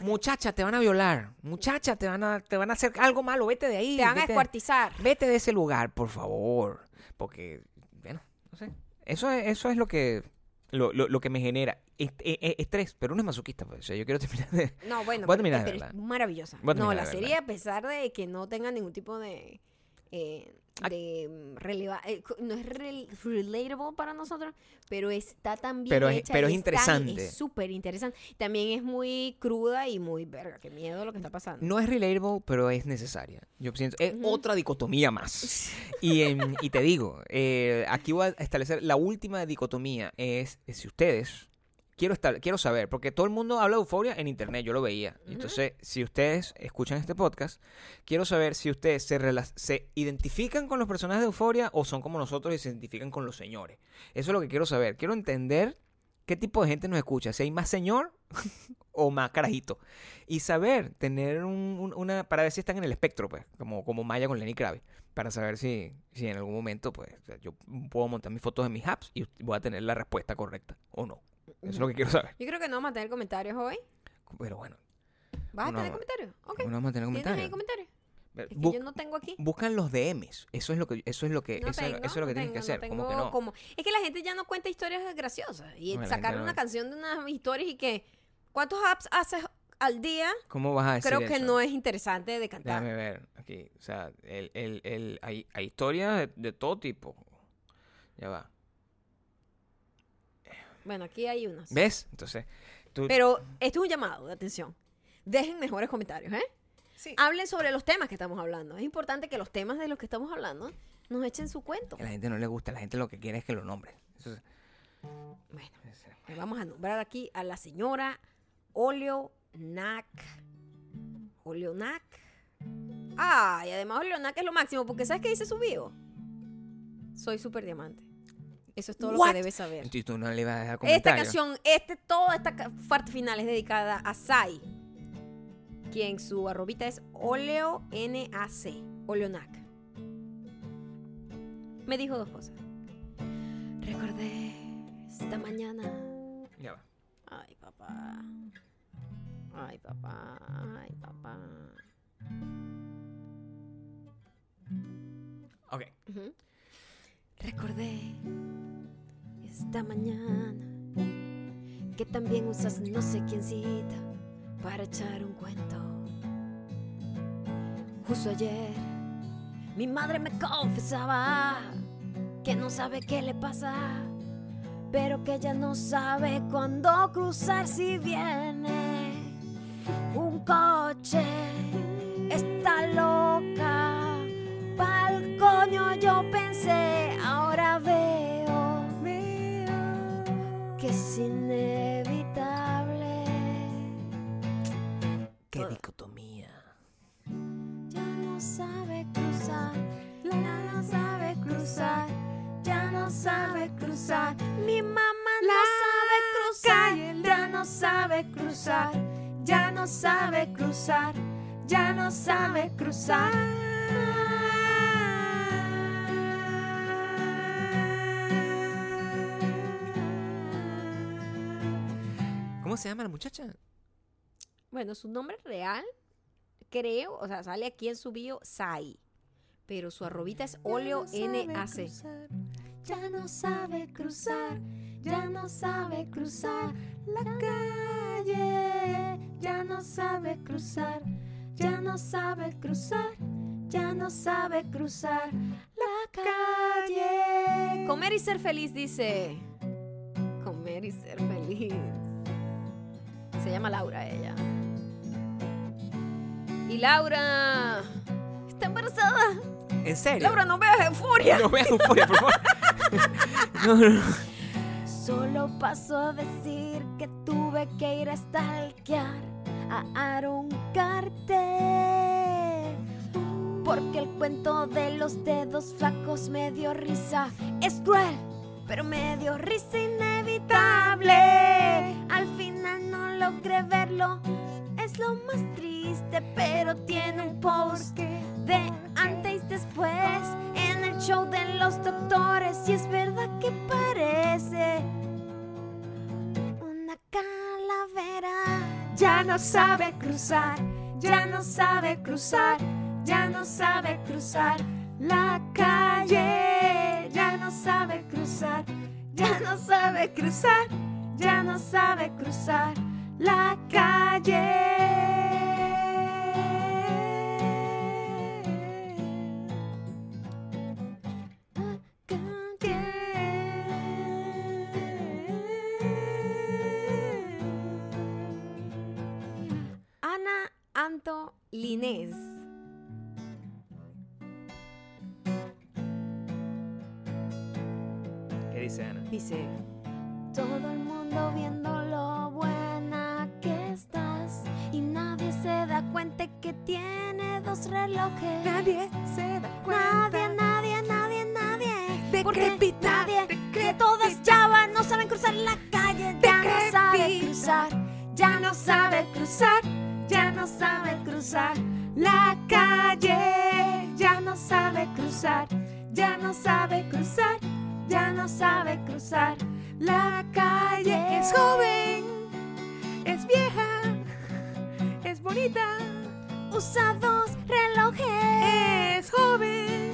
C: Muchacha, te van a violar. Muchacha, te van a, te van a hacer algo malo. Vete de ahí.
A: Te van a
C: vete-
A: descuartizar.
C: Vete de ese lugar, por favor. Porque, bueno, no sé. Eso es, eso es lo que lo, lo- lo que me genera est- eh, eh, estrés, pero uno es masoquista, pues. O sea, yo quiero terminar de...
A: No, bueno,
C: Voy
A: pero-
C: a terminar de
A: pero es
C: verla.
A: maravillosa.
C: Voy
A: no,
C: a terminar
A: la
C: de
A: serie,
C: verla.
A: a pesar de que no tenga ningún tipo de. eh,
C: Ah.
A: de mm, releva eh, co- no es rel- relatable para nosotros pero está tan bien
C: Pero es-
A: hecha
C: pero
A: y
C: es
A: tan-
C: interesante.
A: es súper interesante también es muy cruda y muy verga qué miedo lo que está pasando
C: No es relatable, pero es necesaria. Yo siento... Es
A: Ujú.
C: otra dicotomía más. y, em, y te digo, eh, aquí voy a establecer la última dicotomía. Es, es si ustedes... Quiero, estab- quiero saber, porque todo el mundo habla de euforia en internet, yo lo veía.
A: Ujú.
C: Entonces, si ustedes escuchan este podcast, quiero saber si ustedes se, rela- se identifican con los personajes de euforia o son como nosotros y se identifican con los señores. Eso es lo que quiero saber. Quiero entender qué tipo de gente nos escucha, si hay más señor o más carajito. Y saber, tener un- un- una, para ver si están en el espectro, pues, como, como Maya con Lenny Kravitz, para saber si, si en algún momento, pues, o sea, yo puedo montar mis fotos en mis apps y voy a tener la respuesta correcta o no. Eso es lo que quiero saber.
A: yo creo que no vamos a tener comentarios hoy
C: Pero bueno,
A: vas a
C: No,
A: tener
C: no.
A: comentarios ok
C: no vamos a tener
A: tienes ahí
C: comentarios.
A: comentarios es
C: Pero
A: que
C: bu-
A: yo no tengo aquí
C: Buscan los DMs. Eso es lo que, eso es lo que,
A: No
C: Eh, eso, es lo-
A: tengo,
C: eso es lo que
A: no
C: tienes que hacer.
A: tengo, no
C: como que
A: tengo
C: no.
A: como- Es que la gente ya no cuenta historias graciosas. Y
C: No, la
A: sacar
C: gente
A: una
C: no-
A: canción de unas historias y que. ¿Cuántos apps haces al día?
C: ¿Cómo vas a decir
A: Creo que
C: eso?
A: no es interesante de cantar.
C: Déjame ver aquí. O sea, el, el, el, hay, hay historias de, de todo tipo. Ya va.
A: Bueno, aquí hay unos.
C: ¿Ves? Entonces, tú.
A: Pero esto es un llamado de atención. Dejen mejores comentarios, ¿eh?
C: Sí.
A: Hablen sobre los temas que estamos hablando. Es importante que los temas de los que estamos hablando nos echen su cuento.
C: A la gente no le gusta, la gente lo que quiere es que lo nombres. Entonces,
A: Bueno, le Pues vamos a nombrar aquí a la señora Oleonac. Oleonac. Ah, y además Oleonac es lo máximo, porque ¿sabes qué dice su bio? Soy super diamante. Eso es todo lo
C: What?
A: que debes saber.
C: y tú no le vas a dejar
A: Esta
C: comentarios.
A: canción, este, toda esta ca- parte final es dedicada a Sai, quien su arrobita es oleonac, oleonac. Me dijo dos cosas. Recordé esta mañana
C: Ya va.
A: Ay, papá. Ay, papá. Ay, papá.
C: Ok.
A: Ujú. Recordé esta mañana que también usas no sé quién cita para echar un cuento. Justo ayer mi madre me confesaba que no sabe qué le pasa, pero que ella no sabe cuándo cruzar si viene un coche. Está loca. Pa'l coño yo pensé, ahora veo, que es inevitable.
C: Qué
A: Toda.
C: dicotomía.
A: Ya no sabe cruzar, ya no sabe cruzar, ya no sabe cruzar. Mi mamá no sabe cruzar, ya no sabe cruzar, ya no sabe cruzar, ya no sabe cruzar.
C: ¿Cómo se llama la muchacha?
A: Bueno, su nombre real, creo, o sea, sale aquí en su bio, Sai. Pero su arrobita es oleo NAC. Ya no sabe cruzar, ya no sabe cruzar la calle. Ya no sabe cruzar, ya no sabe cruzar, ya no sabe cruzar la calle. Comer y ser feliz, dice. Comer y ser feliz. Se llama Laura ella. Y Laura está embarazada.
C: ¿En serio?
A: Laura, no veas euforia.
C: No veas euforia, por favor. no, no, no.
A: Solo paso a decir que tuve que ir a stalkear a Aaron Carter. Porque el cuento de los dedos flacos me dio risa. Es cruel, pero me dio risa inevitable. Al final no logré verlo. Es lo más triste, pero tiene un post de antes y después en el show de los doctores. Y es verdad que parece una calavera. Ya no sabe cruzar, ya no sabe cruzar, ya no sabe cruzar la calle. Ya no sabe cruzar,
B: ya no sabe cruzar, ya no sabe cruzar la calle. La calle.
A: Ana Anto Linés.
C: ¿Qué dice Ana?
A: Dice,
B: Todo el mundo viendo lo buena que estás y nadie se da cuenta que tiene dos relojes.
A: nadie se da
B: nadie,
A: cuenta
B: nadie, nadie, nadie. Porque
A: Decrépita,
B: nadie, que
A: decrépita.
B: todas chavas no saben cruzar la calle, ya no sabe
A: Decrépita.
B: cruzar, ya no sabe cruzar, ya no sabe cruzar la calle, ya no sabe cruzar, ya no sabe cruzar, ya no sabe cruzar la calle. Es joven, es vieja, es bonita, usa dos relojes. Es joven,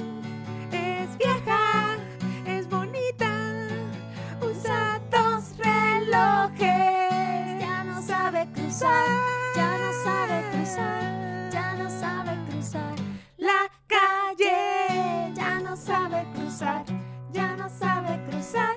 B: es vieja, es bonita, usa dos relojes. Ya no sabe cruzar, ya no sabe cruzar, ya no sabe cruzar la calle. Ya no sabe cruzar, ya no sabe cruzar,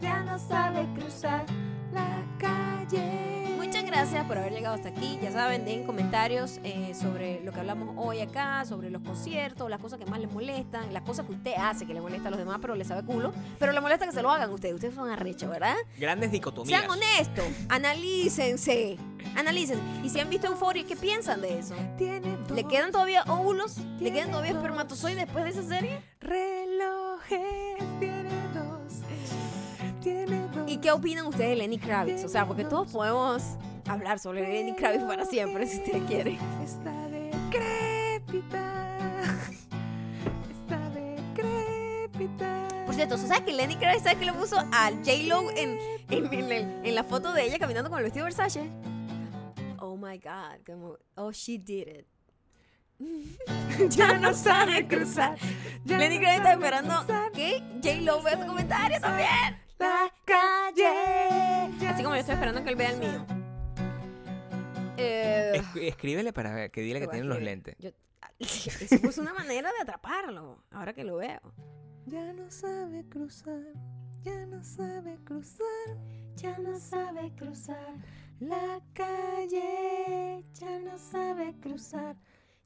B: ya no sabe cruzar la calle.
A: Muchas gracias por haber llegado hasta aquí. Ya saben, dejen comentarios eh, sobre lo que hablamos hoy acá, sobre los conciertos, las cosas que más les molestan, las cosas que usted hace que le molesta a los demás, pero le sabe culo. Pero le molesta que se lo hagan ustedes. Ustedes son arrechos, ¿verdad?
C: Grandes dicotomías.
A: Sean honestos, analícense, analícense. Y si han visto Euphoria, ¿qué piensan de eso?
B: Tiene
A: ¿Le
B: dos
A: quedan todavía óvulos? ¿Le quedan todavía
B: Tiene dos.
A: espermatozoides después de esa serie?
B: Relojes tiene dos. Tiene dos.
A: ¿Y qué opinan ustedes de Lenny Kravitz? O sea, porque todos podemos hablar sobre Lenny Kravitz para siempre, si ustedes quieren.
B: Está decrépita. Está decrépita.
A: Por cierto, ¿tú ¿sabes que Lenny Kravitz sabes que le puso a J-Lo en, en, en el- en la foto de ella caminando con el vestido Versace? Oh my God, como, oh she did it. ya no sabe cruzar.
B: Ya
A: Lenny
B: no
A: Kravitz está
B: sabe
A: esperando
B: cruzar.
A: que J-Lo vea tu comentario también.
B: La calle.
A: Así como yo estoy esperando que él vea el mío. Eh,
C: Es- escríbele para ver, que dile que
A: Lo voy a
C: tienen los
A: escribir.
C: lentes.
A: yo- eso puso una manera de atraparlo, ahora que lo veo.
B: Ya no sabe cruzar. Ya no sabe cruzar. Ya no sabe cruzar. La calle. Ya no sabe cruzar.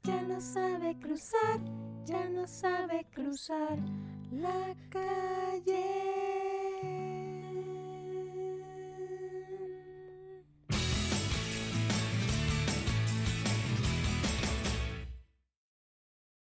B: Ya no sabe cruzar. Ya no sabe cruzar. La calle.